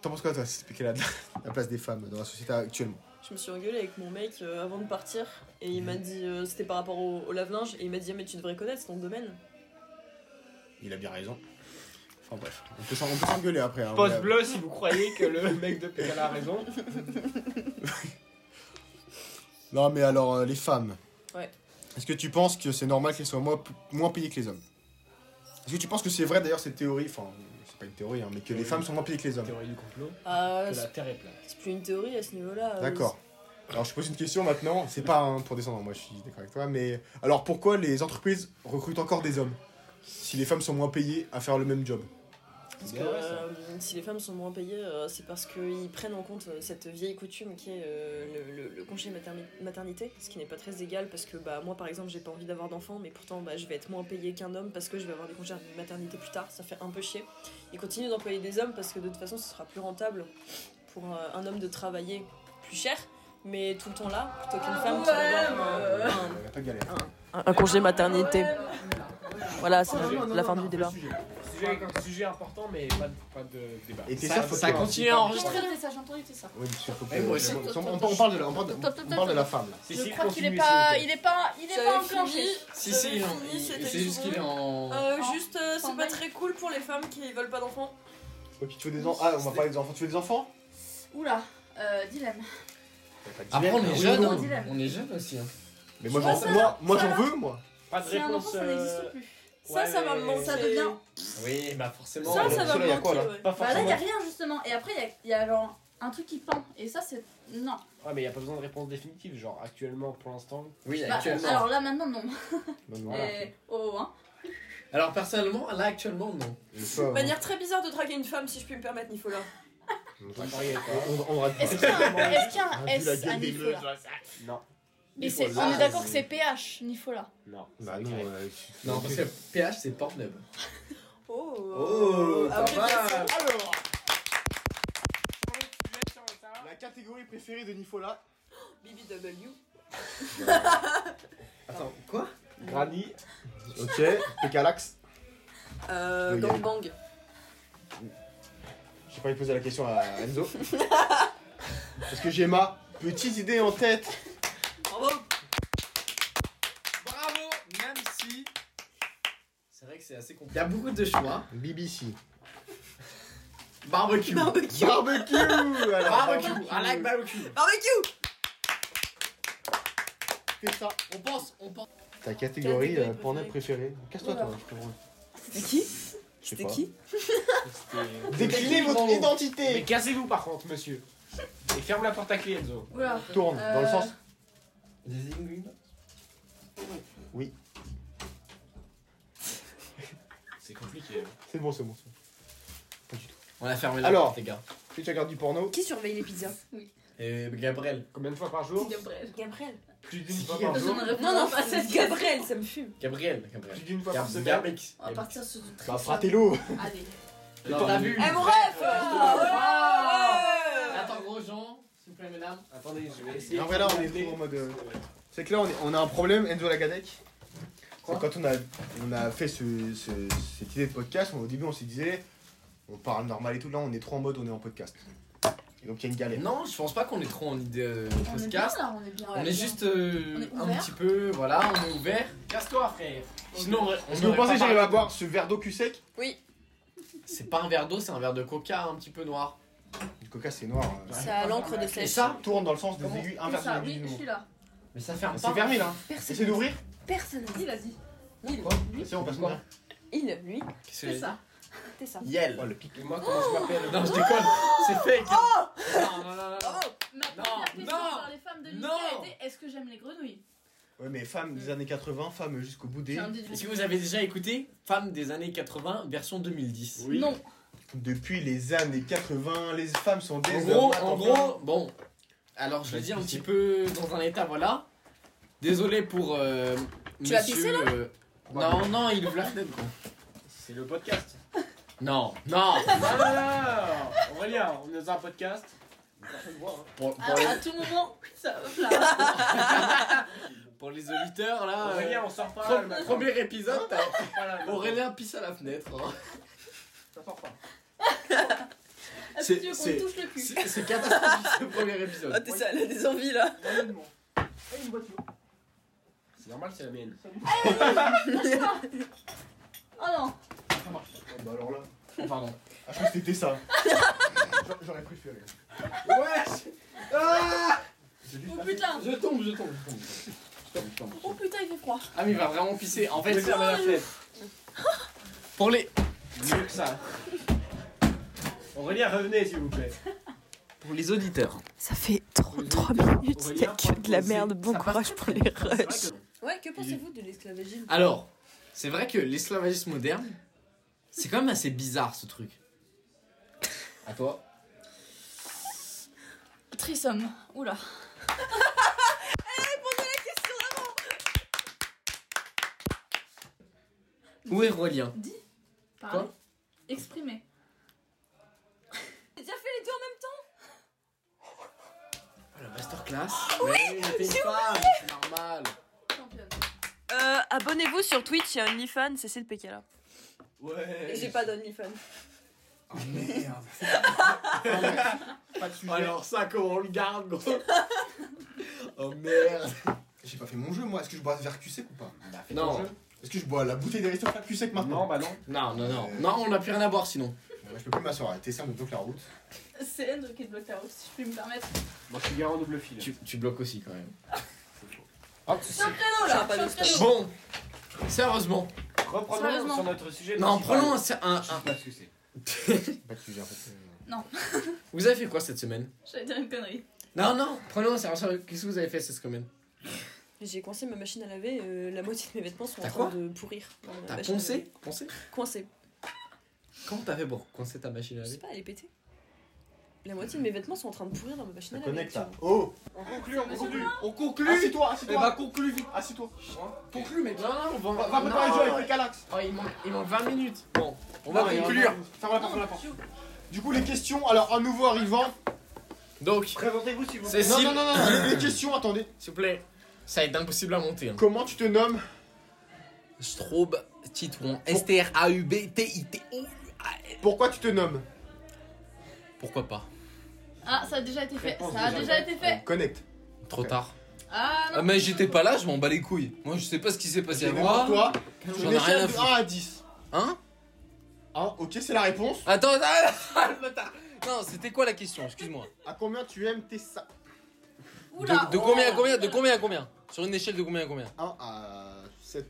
[SPEAKER 2] T'en penses quoi, toi, si c'était quelle est la, la place des femmes dans la société actuellement
[SPEAKER 4] Je me suis engueulée avec mon mec euh, avant de partir et il m'a dit, euh, c'était par rapport au, au lave-linge, et il m'a dit, ah, mais tu devrais connaître, c'est ton domaine.
[SPEAKER 2] Il a bien raison. Enfin bref, on peut s'en- on peut s'engueuler après. hein,
[SPEAKER 6] Poste
[SPEAKER 2] mais-
[SPEAKER 6] bleu si vous croyez que le mec de Pécala a raison.
[SPEAKER 2] Non, mais alors, euh, les femmes.
[SPEAKER 4] Ouais.
[SPEAKER 2] Est-ce que tu penses que c'est normal qu'elles soient moins, moins payées que les hommes Est-ce que tu penses que c'est vrai d'ailleurs cette théorie Enfin, c'est pas une théorie, hein, mais que les femmes sont moins payées que les hommes
[SPEAKER 6] Théorie du complot,
[SPEAKER 4] Ah,
[SPEAKER 6] que la
[SPEAKER 4] c'est-
[SPEAKER 6] Terre est plate.
[SPEAKER 4] c'est plus une théorie à ce niveau-là. euh,
[SPEAKER 2] D'accord. Alors, je pose une question maintenant. C'est pas hein, pour descendre, moi je suis d'accord avec toi, mais alors pourquoi les entreprises recrutent encore des hommes Si les femmes sont moins payées à faire le même job
[SPEAKER 4] Parce
[SPEAKER 6] C'est
[SPEAKER 4] que
[SPEAKER 6] bien vrai, ça.
[SPEAKER 4] euh, si les femmes sont moins payées, euh, c'est parce qu'ils prennent en compte euh, cette vieille coutume qui est euh, le, le- le congé materni- maternité, ce qui n'est pas très égal parce que bah, moi par exemple j'ai pas envie d'avoir d'enfants, mais pourtant bah, je vais être moins payée qu'un homme parce que je vais avoir des congés maternité plus tard, ça fait un peu chier. Ils continuent d'employer des hommes parce que de toute façon ce sera plus rentable pour euh, un homme de travailler plus cher, mais tout le temps là, plutôt
[SPEAKER 5] Ah
[SPEAKER 4] qu'une femme qui va avoir euh,
[SPEAKER 2] Il n'y a pas de galère.
[SPEAKER 4] un, un congé maternité.
[SPEAKER 5] Ah
[SPEAKER 4] Voilà, c'est la fin du débat.
[SPEAKER 6] Sujet, sujet important, mais pas de, pas de débat.
[SPEAKER 2] Et t'es
[SPEAKER 1] Ça-
[SPEAKER 2] sûr, faut
[SPEAKER 1] ça
[SPEAKER 2] pas-
[SPEAKER 1] continue à
[SPEAKER 2] faut pas-
[SPEAKER 5] J'ai
[SPEAKER 1] enregistrer.
[SPEAKER 5] traité ça, j'ai entendu ça.
[SPEAKER 2] Oui, mais sûr, faut pas-
[SPEAKER 1] Et moi aussi.
[SPEAKER 2] On on parle de la, on parle de, on parle de la femme. là.
[SPEAKER 5] Je crois qu'il est pas, il est pas, il est pas enclenché.
[SPEAKER 1] Si, si, non, il-
[SPEAKER 4] c'était
[SPEAKER 1] c'est juste qu'il est en.
[SPEAKER 4] Euh, juste, euh, c'est
[SPEAKER 5] Sans
[SPEAKER 4] pas
[SPEAKER 5] bail.
[SPEAKER 4] très cool pour les femmes qui veulent pas d'enfants.
[SPEAKER 2] Ok, tu veux des enfants Ah, on va parler des enfants. Tu veux des enfants
[SPEAKER 5] Oula, euh, dilemme.
[SPEAKER 1] Après, on est
[SPEAKER 2] Oui,
[SPEAKER 1] jeune,
[SPEAKER 2] non.
[SPEAKER 1] hein.
[SPEAKER 5] dilemme.
[SPEAKER 1] on est jeune aussi. hein.
[SPEAKER 2] Mais moi,
[SPEAKER 5] Ouais,
[SPEAKER 2] j'en
[SPEAKER 5] ça
[SPEAKER 2] moi, moi,
[SPEAKER 5] ça
[SPEAKER 2] j'en
[SPEAKER 5] va.
[SPEAKER 2] veux, moi.
[SPEAKER 6] Pas de
[SPEAKER 5] Si un
[SPEAKER 6] réponse.
[SPEAKER 5] enfant, ça n'existe
[SPEAKER 6] euh,
[SPEAKER 5] plus.
[SPEAKER 4] Ça, ça va me manquer.
[SPEAKER 5] Ça devient.
[SPEAKER 2] Oh,
[SPEAKER 1] Oui, bah forcément.
[SPEAKER 4] Ça,
[SPEAKER 2] Bon,
[SPEAKER 4] ça
[SPEAKER 2] donc,
[SPEAKER 4] va me
[SPEAKER 2] celui-là, y a quoi,
[SPEAKER 4] manquer.
[SPEAKER 2] là
[SPEAKER 4] ouais.
[SPEAKER 6] Pas
[SPEAKER 5] Bah là,
[SPEAKER 6] forcément.
[SPEAKER 5] y a rien justement. Et après, y a, y a genre un truc qui pend. Et ça, c'est. Non.
[SPEAKER 6] Ouais, mais y a pas besoin de réponse définitive. Genre, actuellement, pour l'instant.
[SPEAKER 1] Oui,
[SPEAKER 5] Bah,
[SPEAKER 1] actuellement. alors...
[SPEAKER 5] alors là, maintenant, non.
[SPEAKER 2] Non, non,
[SPEAKER 5] Et- Oh, hein.
[SPEAKER 1] personnellement, là actuellement, non.
[SPEAKER 2] je hein. veux pas,
[SPEAKER 4] Manière très bizarre de draguer une femme, si je puis me permettre, Nifola.
[SPEAKER 2] euh,
[SPEAKER 6] on va parier, quoi.
[SPEAKER 2] On, on rate.
[SPEAKER 10] Est-ce qu'il y a un, est-ce qu'il y a un
[SPEAKER 2] Ah, vu la
[SPEAKER 10] S
[SPEAKER 2] gueule
[SPEAKER 10] à
[SPEAKER 2] des
[SPEAKER 10] Nifola
[SPEAKER 6] Non,
[SPEAKER 10] Mais
[SPEAKER 2] Nifola,
[SPEAKER 10] c'est- on est d'accord
[SPEAKER 2] c'est-
[SPEAKER 10] que c'est PH, Nifola.
[SPEAKER 6] non.
[SPEAKER 2] Bah non, euh,
[SPEAKER 1] Non, parce que PH, c'est Pornhub.
[SPEAKER 4] Oh,
[SPEAKER 1] Oh,
[SPEAKER 4] Ah,
[SPEAKER 1] pas
[SPEAKER 4] oui, bien sûr.
[SPEAKER 1] mal.
[SPEAKER 10] Alors,
[SPEAKER 2] La catégorie préférée de Nifola.
[SPEAKER 4] BBW.
[SPEAKER 1] Attends, quoi
[SPEAKER 6] Granny,
[SPEAKER 2] Ok, Pécalax.
[SPEAKER 4] Euh,
[SPEAKER 2] Oui,
[SPEAKER 4] gangbang.
[SPEAKER 2] J'ai pas envie de poser la question à Enzo. Parce que j'ai ma petite idée en tête.
[SPEAKER 4] Bravo.
[SPEAKER 1] Bravo, même si. C'est vrai que c'est assez compliqué. Il y a beaucoup de choix.
[SPEAKER 2] BBC.
[SPEAKER 1] Barbecue. Barbecue.
[SPEAKER 2] Barbecue alors,
[SPEAKER 1] I like barbecue.
[SPEAKER 4] Barbecue
[SPEAKER 2] Fais ça.
[SPEAKER 1] On pense, on pense.
[SPEAKER 2] Ta catégorie
[SPEAKER 4] Catégorie
[SPEAKER 2] euh, porno préférée. Casse-toi, toi. je comprends.
[SPEAKER 4] C'était qui
[SPEAKER 2] Je sais
[SPEAKER 4] C'était
[SPEAKER 2] pas.
[SPEAKER 4] qui
[SPEAKER 6] c'était.
[SPEAKER 2] Déclinez votre
[SPEAKER 6] Mais
[SPEAKER 2] identité.
[SPEAKER 6] cassez-vous par contre, monsieur. Et ferme la porte à clé, Enzo.
[SPEAKER 5] Oula.
[SPEAKER 2] Tourne, dans le
[SPEAKER 5] Euh,
[SPEAKER 2] sens.
[SPEAKER 1] Des ingrédients.
[SPEAKER 6] C'est compliqué.
[SPEAKER 2] C'est bon, c'est bon.
[SPEAKER 1] On a fermé la
[SPEAKER 2] Alors.
[SPEAKER 1] porte, les gars.
[SPEAKER 2] Si tu regardes du porno,
[SPEAKER 4] Qui surveille les pizzas
[SPEAKER 1] Et Gabriel.
[SPEAKER 6] Combien de fois par jour
[SPEAKER 5] Gabriel.
[SPEAKER 4] Gabriel.
[SPEAKER 6] Plus d'une fois par
[SPEAKER 5] Besoin
[SPEAKER 6] jour.
[SPEAKER 5] de réponse.
[SPEAKER 4] Non, non, pas cette Gabriel, ça me fume.
[SPEAKER 1] Gabriel. Gabriel.
[SPEAKER 6] Plus d'une fois par
[SPEAKER 1] Gab-
[SPEAKER 6] semaine.
[SPEAKER 1] Gabrix.
[SPEAKER 5] On va partir sur du très
[SPEAKER 2] bah
[SPEAKER 5] simple.
[SPEAKER 2] fratello.
[SPEAKER 5] Allez.
[SPEAKER 1] Non,
[SPEAKER 6] t'en as
[SPEAKER 1] mais-
[SPEAKER 6] vu.
[SPEAKER 4] Eh, mon ref
[SPEAKER 5] Ah,
[SPEAKER 4] Ah,
[SPEAKER 1] Mais Attends, gros Jean, s'il vous plaît, mesdames.
[SPEAKER 6] Attendez, je vais essayer.
[SPEAKER 2] En vrai, là, on est trop en mode. euh, C'est que là, on, est- on a un problème, Enzo Lagadec. C'est Quand on a, on a fait ce- ce- cette idée de podcast, on- au début, on se disait, on parle normal et tout. Là, on est trop en mode, on est en podcast. Et donc, il y a une galère.
[SPEAKER 1] Non, je pense pas qu'on est trop en idée euh,
[SPEAKER 5] On est bien
[SPEAKER 1] podcast.
[SPEAKER 5] là, on est bien.
[SPEAKER 1] On est juste euh,
[SPEAKER 5] On est
[SPEAKER 1] un
[SPEAKER 5] ouvert.
[SPEAKER 1] petit peu, voilà, on est ouvert.
[SPEAKER 6] Casse-toi, frère.
[SPEAKER 1] Sinon, on
[SPEAKER 2] Est-ce que vous
[SPEAKER 1] aurait pas
[SPEAKER 2] pensez que j'arrive
[SPEAKER 1] parlé.
[SPEAKER 2] à boire ce verre d'eau cul sec
[SPEAKER 1] C'est pas un verre d'eau, c'est un verre de coca un petit peu noir.
[SPEAKER 2] Du coca, c'est noir. euh.
[SPEAKER 4] C'est à l'encre de
[SPEAKER 1] Et
[SPEAKER 4] sèche.
[SPEAKER 1] ça,
[SPEAKER 2] Tourne dans le sens des
[SPEAKER 1] Comment
[SPEAKER 2] aiguilles
[SPEAKER 5] Comme ça,
[SPEAKER 2] inversées.
[SPEAKER 5] oui,
[SPEAKER 2] du
[SPEAKER 5] je suis là.
[SPEAKER 1] mais ça ferme
[SPEAKER 2] C'est
[SPEAKER 1] pas.
[SPEAKER 2] fermé là. Essaye d'ouvrir.
[SPEAKER 5] Personne n'a dit, vas-y.
[SPEAKER 4] Il,
[SPEAKER 2] C'est bon, passe
[SPEAKER 1] Quoi
[SPEAKER 2] moi.
[SPEAKER 4] il, lui,
[SPEAKER 1] Qu'est-ce que
[SPEAKER 5] C'est ça.
[SPEAKER 4] t'es ça.
[SPEAKER 1] Yel.
[SPEAKER 2] Oh le pic.
[SPEAKER 6] Et moi, comment je m'appelle
[SPEAKER 1] Non, je déconne,
[SPEAKER 5] Oh
[SPEAKER 1] c'est fake. non, non, non, non. Non,
[SPEAKER 5] Ma première question
[SPEAKER 1] non,
[SPEAKER 5] par les femmes de
[SPEAKER 1] non.
[SPEAKER 5] l'histoire était est-ce que j'aime les grenouilles
[SPEAKER 2] Ouais mais femme des années 80, femme jusqu'au bout
[SPEAKER 5] C'est
[SPEAKER 2] des.
[SPEAKER 5] un déduit.
[SPEAKER 1] Est-ce que vous avez déjà écouté Femme des années 80 version 2010
[SPEAKER 5] Non.
[SPEAKER 2] Depuis les années 80, les femmes sont des.
[SPEAKER 1] En gros,
[SPEAKER 2] hommes.
[SPEAKER 1] en gros, bon. Alors je le
[SPEAKER 2] Vas-y,
[SPEAKER 1] dis un
[SPEAKER 2] pisser.
[SPEAKER 1] petit peu dans un état, voilà. Désolé pour. euh,
[SPEAKER 4] Tu
[SPEAKER 1] monsieur,
[SPEAKER 4] vas pisser,
[SPEAKER 1] là Bah Non, non, il ouvre la fenêtre. gros.
[SPEAKER 6] C'est le podcast.
[SPEAKER 1] Non, non.
[SPEAKER 6] Ah, Aurélien, on est dans un podcast. hein.
[SPEAKER 1] Pour, pour
[SPEAKER 5] Alors,
[SPEAKER 1] les,
[SPEAKER 5] à tout moment, ça hop là.
[SPEAKER 1] pour les auditeurs là. euh,
[SPEAKER 6] Aurélien, on sort pas.
[SPEAKER 1] pre-
[SPEAKER 6] le matin.
[SPEAKER 1] premier épisode, t'as-
[SPEAKER 6] On sort pas là, le matin.
[SPEAKER 1] Aurélien pisse à la fenêtre. hein.
[SPEAKER 6] Ça sort pas.
[SPEAKER 5] Est-ce que
[SPEAKER 1] C'est-
[SPEAKER 5] tu veux qu'on
[SPEAKER 1] c'est-
[SPEAKER 5] me touche le cul
[SPEAKER 1] C'est c'est catastrophique ce premier épisode.
[SPEAKER 4] Ah, t'es ça, elle a des envies là.
[SPEAKER 6] C'est normal, c'est la mienne.
[SPEAKER 5] Oh non
[SPEAKER 2] Ah, Bah alors là.
[SPEAKER 1] Oh, Pardon.
[SPEAKER 2] Ah, je crois que c'était ça. J'a- J'aurais préféré.
[SPEAKER 1] Wesh
[SPEAKER 5] Oh putain
[SPEAKER 1] Je tombe, je tombe, je tombe. Je tombe, je tombe.
[SPEAKER 5] Oh putain, il fait froid.
[SPEAKER 1] Ah mais il va vraiment pisser. En fait,
[SPEAKER 6] Ferme la fenêtre.
[SPEAKER 1] pour les
[SPEAKER 6] Mieux que ça. hein. Aurélien, revenez, s'il vous plaît.
[SPEAKER 1] pour les auditeurs.
[SPEAKER 10] ça fait
[SPEAKER 6] 33 minutes, il y a que de la merde.
[SPEAKER 10] Bon courage pour les
[SPEAKER 6] C'est vrai que-
[SPEAKER 4] Ouais, que pensez-vous de l'esclavagisme
[SPEAKER 1] Alors, c'est vrai que l'esclavagisme moderne, c'est quand même assez bizarre ce truc. À toi.
[SPEAKER 5] Trisomme. Oula.
[SPEAKER 1] Où est Rolien
[SPEAKER 5] Dis. Parler.
[SPEAKER 1] Quoi
[SPEAKER 5] Exprimer.
[SPEAKER 4] J'ai déjà fait les deux en même temps
[SPEAKER 1] Ah, La masterclass. oui, t'es une femme, c'est normal.
[SPEAKER 5] Championne.
[SPEAKER 4] Euh, abonnez-vous sur Twitch, il y a OnlyFans, c'est le PK là.
[SPEAKER 7] Ouais.
[SPEAKER 4] J'ai pas d'OnlyFans.
[SPEAKER 7] Oh merde.
[SPEAKER 2] Pas de sujet.
[SPEAKER 6] Oh, Alors ça, comment on le garde, gros
[SPEAKER 2] Oh merde J'ai pas fait mon jeu moi, est-ce que je bois vers cul sec ou pas
[SPEAKER 1] Non,
[SPEAKER 2] Est-ce que je bois la bouteille d'Aristote cul sec maintenant
[SPEAKER 6] Non, bah non.
[SPEAKER 1] non, non, non. Non, on n'a plus rien à boire sinon.
[SPEAKER 2] Ouais, Je peux plus m'asseoir, t'es simple, donc la route.
[SPEAKER 5] C'est Andrew qui bloque la route, si je puis me permettre.
[SPEAKER 6] Moi, je suis garant double fil.
[SPEAKER 1] Tu, tu bloques aussi quand même. Ah,
[SPEAKER 5] Sur le créneau là
[SPEAKER 4] Ça, pas
[SPEAKER 5] sur
[SPEAKER 4] de
[SPEAKER 5] le créneau.
[SPEAKER 1] Bon, sérieusement.
[SPEAKER 6] Reprenons
[SPEAKER 5] Sérieusement.
[SPEAKER 6] sur notre sujet.
[SPEAKER 1] Non,
[SPEAKER 6] principal.
[SPEAKER 1] prenons un. un-
[SPEAKER 6] Je sais pas ce que c'est.
[SPEAKER 1] un-
[SPEAKER 2] Pas de sujet en fait. euh,
[SPEAKER 1] vous avez fait quoi cette semaine
[SPEAKER 5] J'allais dire une connerie.
[SPEAKER 1] Non, non, prenons un sérieux. Qu'est-ce que vous avez fait cette semaine
[SPEAKER 4] J'ai coincé ma machine à laver, euh, la moitié de mes vêtements sont
[SPEAKER 1] T'as
[SPEAKER 4] en train
[SPEAKER 1] quoi
[SPEAKER 4] de pourrir. dans ma
[SPEAKER 1] T'as
[SPEAKER 4] machine à laver.
[SPEAKER 1] poncé Poncé
[SPEAKER 4] Coincé.
[SPEAKER 1] Comment t'as fait pour coincer ta machine à
[SPEAKER 4] Je sais
[SPEAKER 1] laver
[SPEAKER 4] pas, elle est pétée. La moitié de mes vêtements sont en train de pourrir dans ma machine à laver.
[SPEAKER 2] Connecte là.
[SPEAKER 4] actuellement.
[SPEAKER 2] Oh
[SPEAKER 3] On conclut, on
[SPEAKER 5] Monsieur
[SPEAKER 3] conclut. On conclut.
[SPEAKER 2] Assis-toi,
[SPEAKER 3] Eh
[SPEAKER 2] assis-toi
[SPEAKER 3] bah, conclut vite.
[SPEAKER 2] Assis-toi
[SPEAKER 1] Conclue, mec. Non, non, on
[SPEAKER 2] Va va préparer le jeu avec les calax
[SPEAKER 1] Oh, il manque, il manque 20 minutes. Bon, on va
[SPEAKER 2] Non, mais
[SPEAKER 1] conclure.
[SPEAKER 2] Ferme la porte, ferme la porte. Du coup, les questions, alors un nouveau arrivant.
[SPEAKER 1] Donc,
[SPEAKER 3] Présentez-vous si vous
[SPEAKER 1] Cécile,
[SPEAKER 2] Non, non, non, non, les- les questions, attendez.
[SPEAKER 1] s'il vous plaît. Ça va être impossible à monter. Hein.
[SPEAKER 2] Comment tu te nommes
[SPEAKER 1] Straub, Titouan, S-T-R-A-U-B-T-I-T-O.
[SPEAKER 2] Pourquoi tu te nommes
[SPEAKER 1] Pourquoi pas
[SPEAKER 5] Ah, ça a déjà été fait.
[SPEAKER 3] Réponse
[SPEAKER 5] Ça a
[SPEAKER 3] déjà.
[SPEAKER 5] déjà été fait.
[SPEAKER 2] Connecte.
[SPEAKER 7] Trop tard.
[SPEAKER 5] Ah
[SPEAKER 7] Ah,
[SPEAKER 5] non.
[SPEAKER 7] mais j'étais pas là, je m'en bats les couilles. Moi, je sais pas ce qui s'est passé à moi.
[SPEAKER 2] toi
[SPEAKER 7] J'en
[SPEAKER 2] Une
[SPEAKER 7] ai rien à
[SPEAKER 2] échelle de
[SPEAKER 7] foutre.
[SPEAKER 2] 1 à 10.
[SPEAKER 7] Hein
[SPEAKER 2] 1, ok, c'est la réponse.
[SPEAKER 7] Attends, ah, ah, le bâtard. Non, c'était quoi la question Excuse-moi.
[SPEAKER 2] À combien tu aimes tes sacs
[SPEAKER 7] De,
[SPEAKER 5] Oula.
[SPEAKER 7] de combien à
[SPEAKER 5] oh.
[SPEAKER 7] combien De combien à combien Sur une échelle de combien à combien
[SPEAKER 2] 1 à 7.3.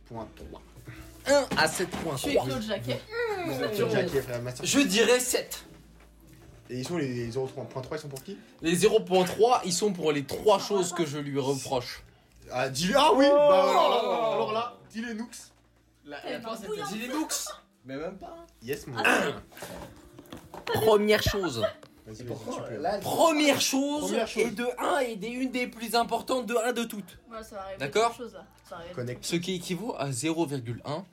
[SPEAKER 7] 1 à 7 points.
[SPEAKER 5] Je suis Claude Jacquet.
[SPEAKER 2] Vous êtes sur Jack et frère Master.
[SPEAKER 7] Je dirais 7.
[SPEAKER 2] Et ils sont les 0.3, ils sont pour qui
[SPEAKER 7] Les 0.3, ils sont pour les trois choses que je lui reproche.
[SPEAKER 2] Ah, dis Ah
[SPEAKER 1] Oh.
[SPEAKER 2] oui Bah alors là, alors là, dis-les Nooks.
[SPEAKER 1] La
[SPEAKER 4] Eh ben,
[SPEAKER 5] Elle est
[SPEAKER 1] réponse était
[SPEAKER 5] bouillante.
[SPEAKER 1] Linux. Mais même pas.
[SPEAKER 2] Yes,
[SPEAKER 7] Ah,
[SPEAKER 2] mon.
[SPEAKER 7] Première chose.
[SPEAKER 2] Vas-y,
[SPEAKER 1] Pourquoi
[SPEAKER 2] vas-y, tu peux.
[SPEAKER 1] là,
[SPEAKER 7] Première chose,
[SPEAKER 2] Première chose.
[SPEAKER 7] et de 1 et des une des plus importantes de 1 de toutes.
[SPEAKER 5] Voilà, ça va arriver.
[SPEAKER 7] D'accord.
[SPEAKER 5] quelque Chose, là. Ça va arriver.
[SPEAKER 2] Connect.
[SPEAKER 7] Ce qui équivaut à 0,1.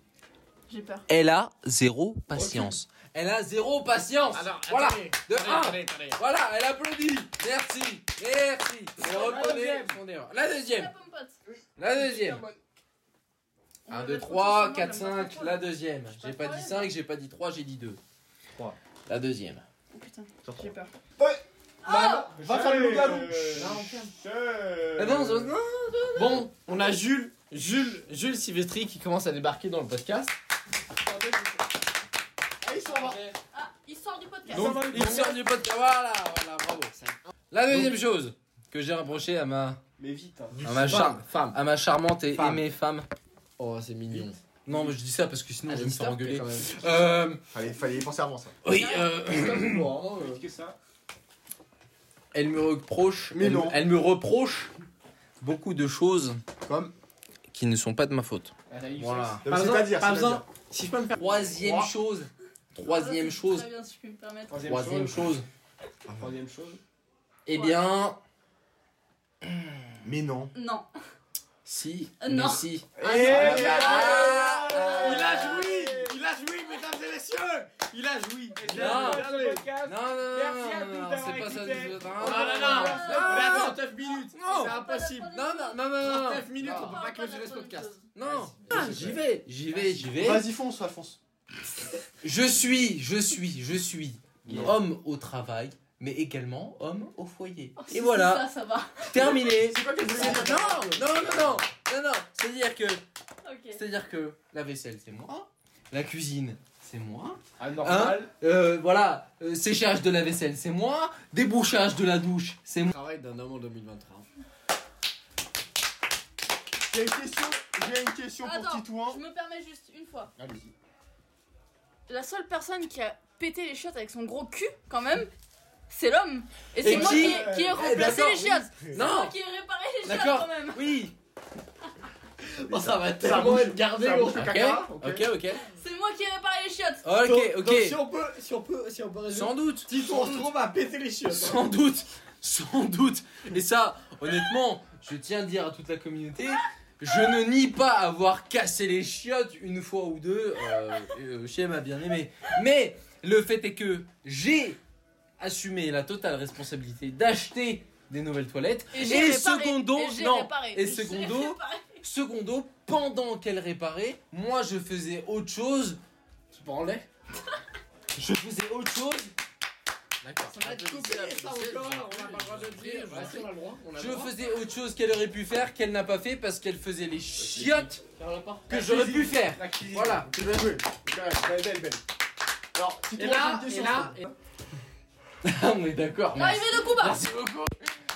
[SPEAKER 5] J'ai peur.
[SPEAKER 7] Elle a zéro patience. Elle a zéro patience.
[SPEAKER 1] Alors,
[SPEAKER 7] voilà,
[SPEAKER 1] attendez,
[SPEAKER 7] de
[SPEAKER 1] attendez,
[SPEAKER 7] un.
[SPEAKER 1] attendez, attendez.
[SPEAKER 7] Voilà, elle applaudit. Merci, merci. Elle reconnaît
[SPEAKER 1] deuxième.
[SPEAKER 7] son erreur. La
[SPEAKER 5] La
[SPEAKER 7] deuxième,
[SPEAKER 5] pomme pote.
[SPEAKER 7] la deuxième.
[SPEAKER 5] On
[SPEAKER 7] 1,
[SPEAKER 5] va
[SPEAKER 7] 2,
[SPEAKER 5] mettre
[SPEAKER 7] 3,
[SPEAKER 5] potentiellement
[SPEAKER 7] 4,
[SPEAKER 5] la moitié
[SPEAKER 7] 5.
[SPEAKER 5] de
[SPEAKER 7] La
[SPEAKER 5] pomme.
[SPEAKER 7] deuxième.
[SPEAKER 5] Pas
[SPEAKER 7] J'ai
[SPEAKER 5] de
[SPEAKER 7] pas dit
[SPEAKER 5] problème.
[SPEAKER 7] 5, j'ai pas dit 3, j'ai dit 2.
[SPEAKER 1] Trois.
[SPEAKER 7] La deuxième.
[SPEAKER 5] Oh putain,
[SPEAKER 2] Sur
[SPEAKER 5] j'ai peur.
[SPEAKER 2] Bah, non, va faire le loup-garou.
[SPEAKER 1] Euh,
[SPEAKER 6] Eh
[SPEAKER 1] Ah
[SPEAKER 6] ben,
[SPEAKER 1] non, non, non. Bon, on a Jules, Jules, Jules Silvestri qui commence à débarquer dans le podcast.
[SPEAKER 2] Ah, il s'en va.
[SPEAKER 5] Ah, il sort du podcast.
[SPEAKER 7] Donc, il sort du podcast. Voilà,
[SPEAKER 1] Oh
[SPEAKER 7] voilà, bravo. La deuxième chose que j'ai reproché à ma,
[SPEAKER 6] Mais vite. hein.
[SPEAKER 7] à ma, char-
[SPEAKER 1] Femme, femme.
[SPEAKER 7] à ma charmante et
[SPEAKER 1] Femme.
[SPEAKER 7] aimée femme.
[SPEAKER 1] Oh, c'est mignon.
[SPEAKER 7] Non, mais je dis ça parce que sinon je vais me faire
[SPEAKER 1] J'espère que
[SPEAKER 7] engueuler.
[SPEAKER 1] quand même.
[SPEAKER 7] Euh,
[SPEAKER 2] Fallait, fallait y penser avant ça.
[SPEAKER 7] oui, euh,
[SPEAKER 1] hein, euh.
[SPEAKER 6] Plus que ça.
[SPEAKER 7] elle me reproche.
[SPEAKER 2] Mais
[SPEAKER 7] elle,
[SPEAKER 2] non.
[SPEAKER 7] elle me reproche beaucoup de choses
[SPEAKER 2] Comme.
[SPEAKER 7] qui ne sont pas de ma faute.
[SPEAKER 6] Elle a eu
[SPEAKER 7] Voilà.
[SPEAKER 2] Non, mais c'est à dire,
[SPEAKER 1] pas
[SPEAKER 2] c'est à
[SPEAKER 1] besoin.
[SPEAKER 2] dire.
[SPEAKER 1] Si je peux me faire.
[SPEAKER 7] Troisième
[SPEAKER 2] Trois.
[SPEAKER 7] chose.
[SPEAKER 5] Voilà,
[SPEAKER 7] Troisième
[SPEAKER 5] Ah, c'est
[SPEAKER 7] chose.
[SPEAKER 5] Très bien, si je puis me permettre.
[SPEAKER 6] Troisième,
[SPEAKER 7] Troisième
[SPEAKER 6] chose.
[SPEAKER 7] chose.
[SPEAKER 6] Troisième chose.
[SPEAKER 7] Eh bien,
[SPEAKER 2] Mais non.
[SPEAKER 5] Non.
[SPEAKER 7] si.
[SPEAKER 5] Euh,
[SPEAKER 7] mais
[SPEAKER 5] non.
[SPEAKER 7] si.
[SPEAKER 2] Eh,
[SPEAKER 7] Ah,
[SPEAKER 1] Il
[SPEAKER 7] ah,
[SPEAKER 1] a joui Il a joui, mesdames et messieurs Il a joui Ah.
[SPEAKER 7] Non.
[SPEAKER 6] Non.
[SPEAKER 7] Non, non, non,
[SPEAKER 6] Merci à
[SPEAKER 7] non,
[SPEAKER 6] tous
[SPEAKER 7] non,
[SPEAKER 6] d'avoir
[SPEAKER 7] c'est pas ça.
[SPEAKER 6] écouté.
[SPEAKER 7] non,
[SPEAKER 1] Oh là Ah. là là
[SPEAKER 7] non, non,
[SPEAKER 1] 39 minutes
[SPEAKER 7] Non.
[SPEAKER 1] C'est impossible
[SPEAKER 7] Non, non, non, non, non, non.
[SPEAKER 1] 39
[SPEAKER 5] Ah,
[SPEAKER 1] minutes, on peut pas
[SPEAKER 5] que
[SPEAKER 1] clôturer ce podcast.
[SPEAKER 7] Non, Ah, j'y vais, j'y vais, j'y vais.
[SPEAKER 2] Vas-y, fonce, Alphonse.
[SPEAKER 7] Je suis, je suis, je suis
[SPEAKER 6] Yeah.
[SPEAKER 7] homme au travail, mais également homme au foyer.
[SPEAKER 5] Oh, si
[SPEAKER 7] Et
[SPEAKER 5] c'est
[SPEAKER 7] voilà,
[SPEAKER 5] Ça, ça va.
[SPEAKER 7] terminé.
[SPEAKER 2] C'est quoi que
[SPEAKER 7] Non, non, non, non, non, non. C'est-à-dire que,
[SPEAKER 5] Ok.
[SPEAKER 7] c'est-à-dire que la vaisselle, c'est moi. La cuisine, c'est moi.
[SPEAKER 6] Anormal.
[SPEAKER 7] Euh, voilà, euh, séchage de la vaisselle, c'est moi. Débouchage de la douche, c'est moi.
[SPEAKER 1] Travail d'un homme en 2023.
[SPEAKER 2] J'ai une question,
[SPEAKER 6] Hein
[SPEAKER 2] j'ai une question pour
[SPEAKER 5] Attends,
[SPEAKER 2] Titouan.
[SPEAKER 5] je me permets juste une fois.
[SPEAKER 2] Allez-y.
[SPEAKER 5] La seule personne qui a pété les chiottes avec son gros cul, quand même, c'est l'homme. Et c'est
[SPEAKER 7] Et
[SPEAKER 5] moi
[SPEAKER 7] qui- Eh,
[SPEAKER 5] qui, ai- qui ai remplacé
[SPEAKER 7] d'accord,
[SPEAKER 5] les chiottes.
[SPEAKER 7] Non,
[SPEAKER 5] Moi qui ai réparé les chiottes,
[SPEAKER 7] D'accord.
[SPEAKER 5] quand même.
[SPEAKER 7] oui. Oh, ça va
[SPEAKER 1] Ça
[SPEAKER 7] tellement
[SPEAKER 1] bouge.
[SPEAKER 7] être gardé.
[SPEAKER 2] Ça
[SPEAKER 7] gros.
[SPEAKER 2] bouge
[SPEAKER 7] Ok,
[SPEAKER 2] le caca,
[SPEAKER 7] ok, ok.
[SPEAKER 5] C'est moi moi qui ai réparé les chiottes.
[SPEAKER 7] Ok, ok.
[SPEAKER 11] si on peut, si on peut, si on peut résumer.
[SPEAKER 7] Sans doute.
[SPEAKER 11] Si
[SPEAKER 7] Sans
[SPEAKER 11] on se
[SPEAKER 7] doute.
[SPEAKER 11] retrouve à péter les chiottes. hein.
[SPEAKER 7] Sans doute, sans doute. Et ça, honnêtement, je tiens à dire à toute la communauté, je ne nie pas avoir cassé les chiottes une fois ou deux euh, euh, chez ma bien-aimée. Mais le fait est que j'ai assumé la totale responsabilité d'acheter des nouvelles toilettes.
[SPEAKER 5] Et j'ai réparé.
[SPEAKER 7] secondo,
[SPEAKER 5] Et j'ai
[SPEAKER 7] non,
[SPEAKER 5] réparé.
[SPEAKER 7] et
[SPEAKER 5] J'ai
[SPEAKER 7] secondo,
[SPEAKER 5] réparé.
[SPEAKER 7] secondo, pendant qu'elle réparait, moi je faisais autre chose. Tu branlais Je faisais autre chose. D'accord.
[SPEAKER 1] Ah,
[SPEAKER 7] Je faisais autre chose qu'elle aurait pu faire, qu'elle n'a pas fait parce qu'elle faisait les chiottes que j'aurais pu faire.
[SPEAKER 1] Ah,
[SPEAKER 7] Voilà.
[SPEAKER 2] Belle, belle. Alors, si
[SPEAKER 7] Et là,
[SPEAKER 2] tu
[SPEAKER 7] et là, Ah, On est d'accord.
[SPEAKER 5] L'arrivée
[SPEAKER 7] merci.
[SPEAKER 5] de Kuba.
[SPEAKER 7] Merci beaucoup.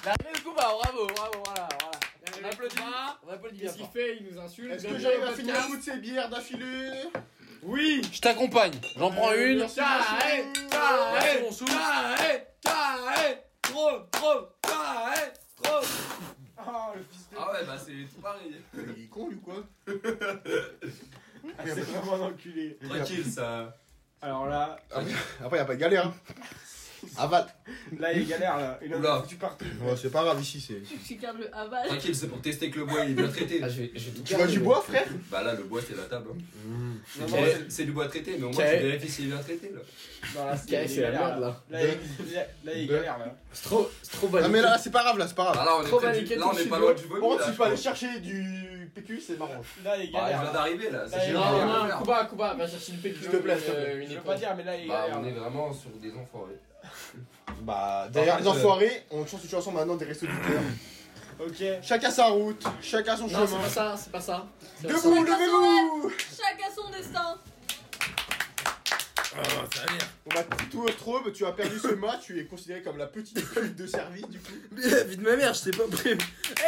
[SPEAKER 7] L'arrivée de Kuba, bravo, bravo, voilà, voilà. On applaudit. On applaudit. bien
[SPEAKER 11] Qu'est-ce qu'il
[SPEAKER 7] fort.
[SPEAKER 11] fait Il nous insulte.
[SPEAKER 2] Est-ce que j'arrive à finir un bout de ces bières d'affilée
[SPEAKER 7] Oui. Je t'accompagne. J'en prends une. Ah, bah,
[SPEAKER 11] Merci, merci.
[SPEAKER 7] Merci, mon souffle.
[SPEAKER 11] Trop, trop, carré, trop.
[SPEAKER 2] Ah, le fils de.
[SPEAKER 3] Ah ouais, bah c'est tout pareil.
[SPEAKER 2] Il est con, lui, ou quoi
[SPEAKER 3] Ah, c'est
[SPEAKER 2] vraiment un enculé.
[SPEAKER 3] Tranquille ça.
[SPEAKER 2] Alors là. Après, y'a pas de galère. hein. Aval.
[SPEAKER 3] Là, il y a galère là. Il
[SPEAKER 2] Oula.
[SPEAKER 3] a tu partout.
[SPEAKER 2] Ouais, c'est pas grave ici, c'est.
[SPEAKER 5] Je garde le aval.
[SPEAKER 3] Tranquille, c'est pour tester que le bois il est bien traité.
[SPEAKER 7] Ah,
[SPEAKER 2] Tu bois du bois, frère
[SPEAKER 3] Bah là, le bois c'est la table. hein. C'est
[SPEAKER 2] Non,
[SPEAKER 3] du-
[SPEAKER 2] non,
[SPEAKER 3] c'est- C'est du bois traité, mais au moins
[SPEAKER 2] Quel-
[SPEAKER 3] tu vérifies s'il est bien traité là.
[SPEAKER 11] Non, là,
[SPEAKER 2] Quelle- c'est la merde, là.
[SPEAKER 11] Là, il là, il
[SPEAKER 2] Deux.
[SPEAKER 11] galère là.
[SPEAKER 2] C'est trop, trop
[SPEAKER 1] Bah,
[SPEAKER 11] bas
[SPEAKER 2] Ah,
[SPEAKER 11] les
[SPEAKER 2] mais là,
[SPEAKER 11] couilles.
[SPEAKER 2] c'est pas grave, là, c'est pas grave.
[SPEAKER 3] Ah, là, on est Trop près bas du- les là, on couilles, est pas loin du vomi,
[SPEAKER 2] Par contre,
[SPEAKER 3] là,
[SPEAKER 2] si
[SPEAKER 3] je
[SPEAKER 2] tu peux aller
[SPEAKER 3] crois.
[SPEAKER 2] chercher du PQ, c'est marrant.
[SPEAKER 11] Là, il
[SPEAKER 3] Bah,
[SPEAKER 11] galère.
[SPEAKER 3] je viens d'arriver
[SPEAKER 11] Là,
[SPEAKER 3] là.
[SPEAKER 11] il
[SPEAKER 3] génial.
[SPEAKER 11] galère.
[SPEAKER 3] Rien à faire.
[SPEAKER 11] Kuba, Kuba, va chercher une PQ.
[SPEAKER 2] S'il te plaît, s'il te
[SPEAKER 11] euh,
[SPEAKER 2] plaît.
[SPEAKER 11] Je veux pas dire, mais là, il
[SPEAKER 3] Bah,
[SPEAKER 11] galère.
[SPEAKER 3] on est vraiment sur des enfoirés.
[SPEAKER 2] Bah, Derrière les enfoirés, on chante une chanson maintenant des restos du cœur.
[SPEAKER 11] Ok.
[SPEAKER 2] Chacun sa route, chacun son
[SPEAKER 11] Non, c'est
[SPEAKER 2] chemin.
[SPEAKER 11] pas ça, c'est pas ça. C'est pas ça.
[SPEAKER 2] Debout, levez-vous
[SPEAKER 5] Chacun son destin.
[SPEAKER 3] Oh,
[SPEAKER 2] On va tout retrouve, tu as perdu ce match, tu es considéré comme la petite pute de service du coup.
[SPEAKER 7] Mais la vie de ma mère, je t'ai pas prévu.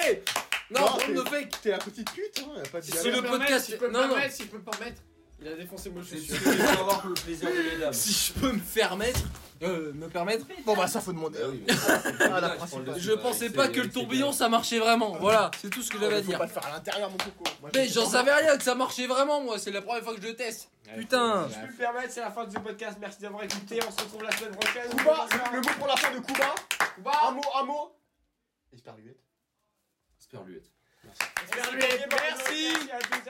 [SPEAKER 7] Hey Non,
[SPEAKER 2] Non,
[SPEAKER 7] on
[SPEAKER 2] t'es-
[SPEAKER 7] le fait.
[SPEAKER 2] T'es la petite pute, hein, y a pas de
[SPEAKER 7] Si
[SPEAKER 2] galère.
[SPEAKER 7] c'est le
[SPEAKER 11] Permettre,
[SPEAKER 7] podcast-
[SPEAKER 11] Si je peux me
[SPEAKER 7] non, non.
[SPEAKER 11] permettre, si je peux me permettre. Il a défoncé moi, je suis sûr.
[SPEAKER 3] avoir le plaisir de mesdames.
[SPEAKER 7] Si je peux me permettre. euh, me permettre.
[SPEAKER 2] Bon bah ça faut demander. Ah, la principale.
[SPEAKER 7] Je pensais pas que le tourbillon ça marchait vraiment. Voilà, c'est tout ce que j'avais à
[SPEAKER 2] Faut
[SPEAKER 7] dire.
[SPEAKER 2] pas le faire à l'intérieur, mon coco. Moi, je
[SPEAKER 7] Mais
[SPEAKER 2] fais
[SPEAKER 7] j'en
[SPEAKER 2] ça.
[SPEAKER 7] savais rien que ça marchait vraiment, moi. C'est la première fois que je le teste. Putain.
[SPEAKER 6] Si je peux me permettre, c'est la fin de ce podcast. Merci d'avoir écouté. On se retrouve la semaine prochaine.
[SPEAKER 2] Kuba, le mot pour la fin de Kuba. Un mot, un mot. Esperluette.
[SPEAKER 3] Esperluette.
[SPEAKER 6] Merci.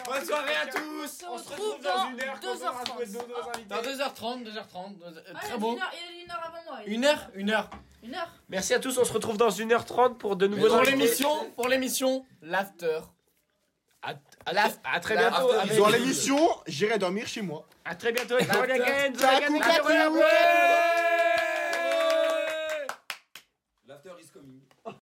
[SPEAKER 6] Bonne soirée à tous.
[SPEAKER 5] On se
[SPEAKER 6] On se
[SPEAKER 5] retrouve
[SPEAKER 6] retrouve dans
[SPEAKER 5] dans
[SPEAKER 6] une heure.
[SPEAKER 5] 2h30.
[SPEAKER 6] Ah.
[SPEAKER 7] Dans 2h30, 2h30.
[SPEAKER 5] Ah, il y a
[SPEAKER 7] Très
[SPEAKER 5] une
[SPEAKER 7] bon.
[SPEAKER 5] heure- Il y a une heure avant moi.
[SPEAKER 7] Une heure
[SPEAKER 11] Une heure.
[SPEAKER 5] Une heure.
[SPEAKER 6] Merci à tous. On se retrouve dans 1h30 pour de nouveaux
[SPEAKER 11] Pour
[SPEAKER 6] invités.
[SPEAKER 11] l'émission, pour l'émission, l'after. À, à, l'af- à très
[SPEAKER 2] La-
[SPEAKER 11] bientôt.
[SPEAKER 2] Dans l'émission, j'irai dormir chez moi.
[SPEAKER 6] À très bientôt. avec Roland
[SPEAKER 11] L'after.
[SPEAKER 6] Gaines,
[SPEAKER 2] Ça
[SPEAKER 6] Roland
[SPEAKER 2] coupe
[SPEAKER 6] Gaines,
[SPEAKER 2] la
[SPEAKER 6] Roland
[SPEAKER 2] couille,
[SPEAKER 6] Gaines.
[SPEAKER 3] L'after is coming.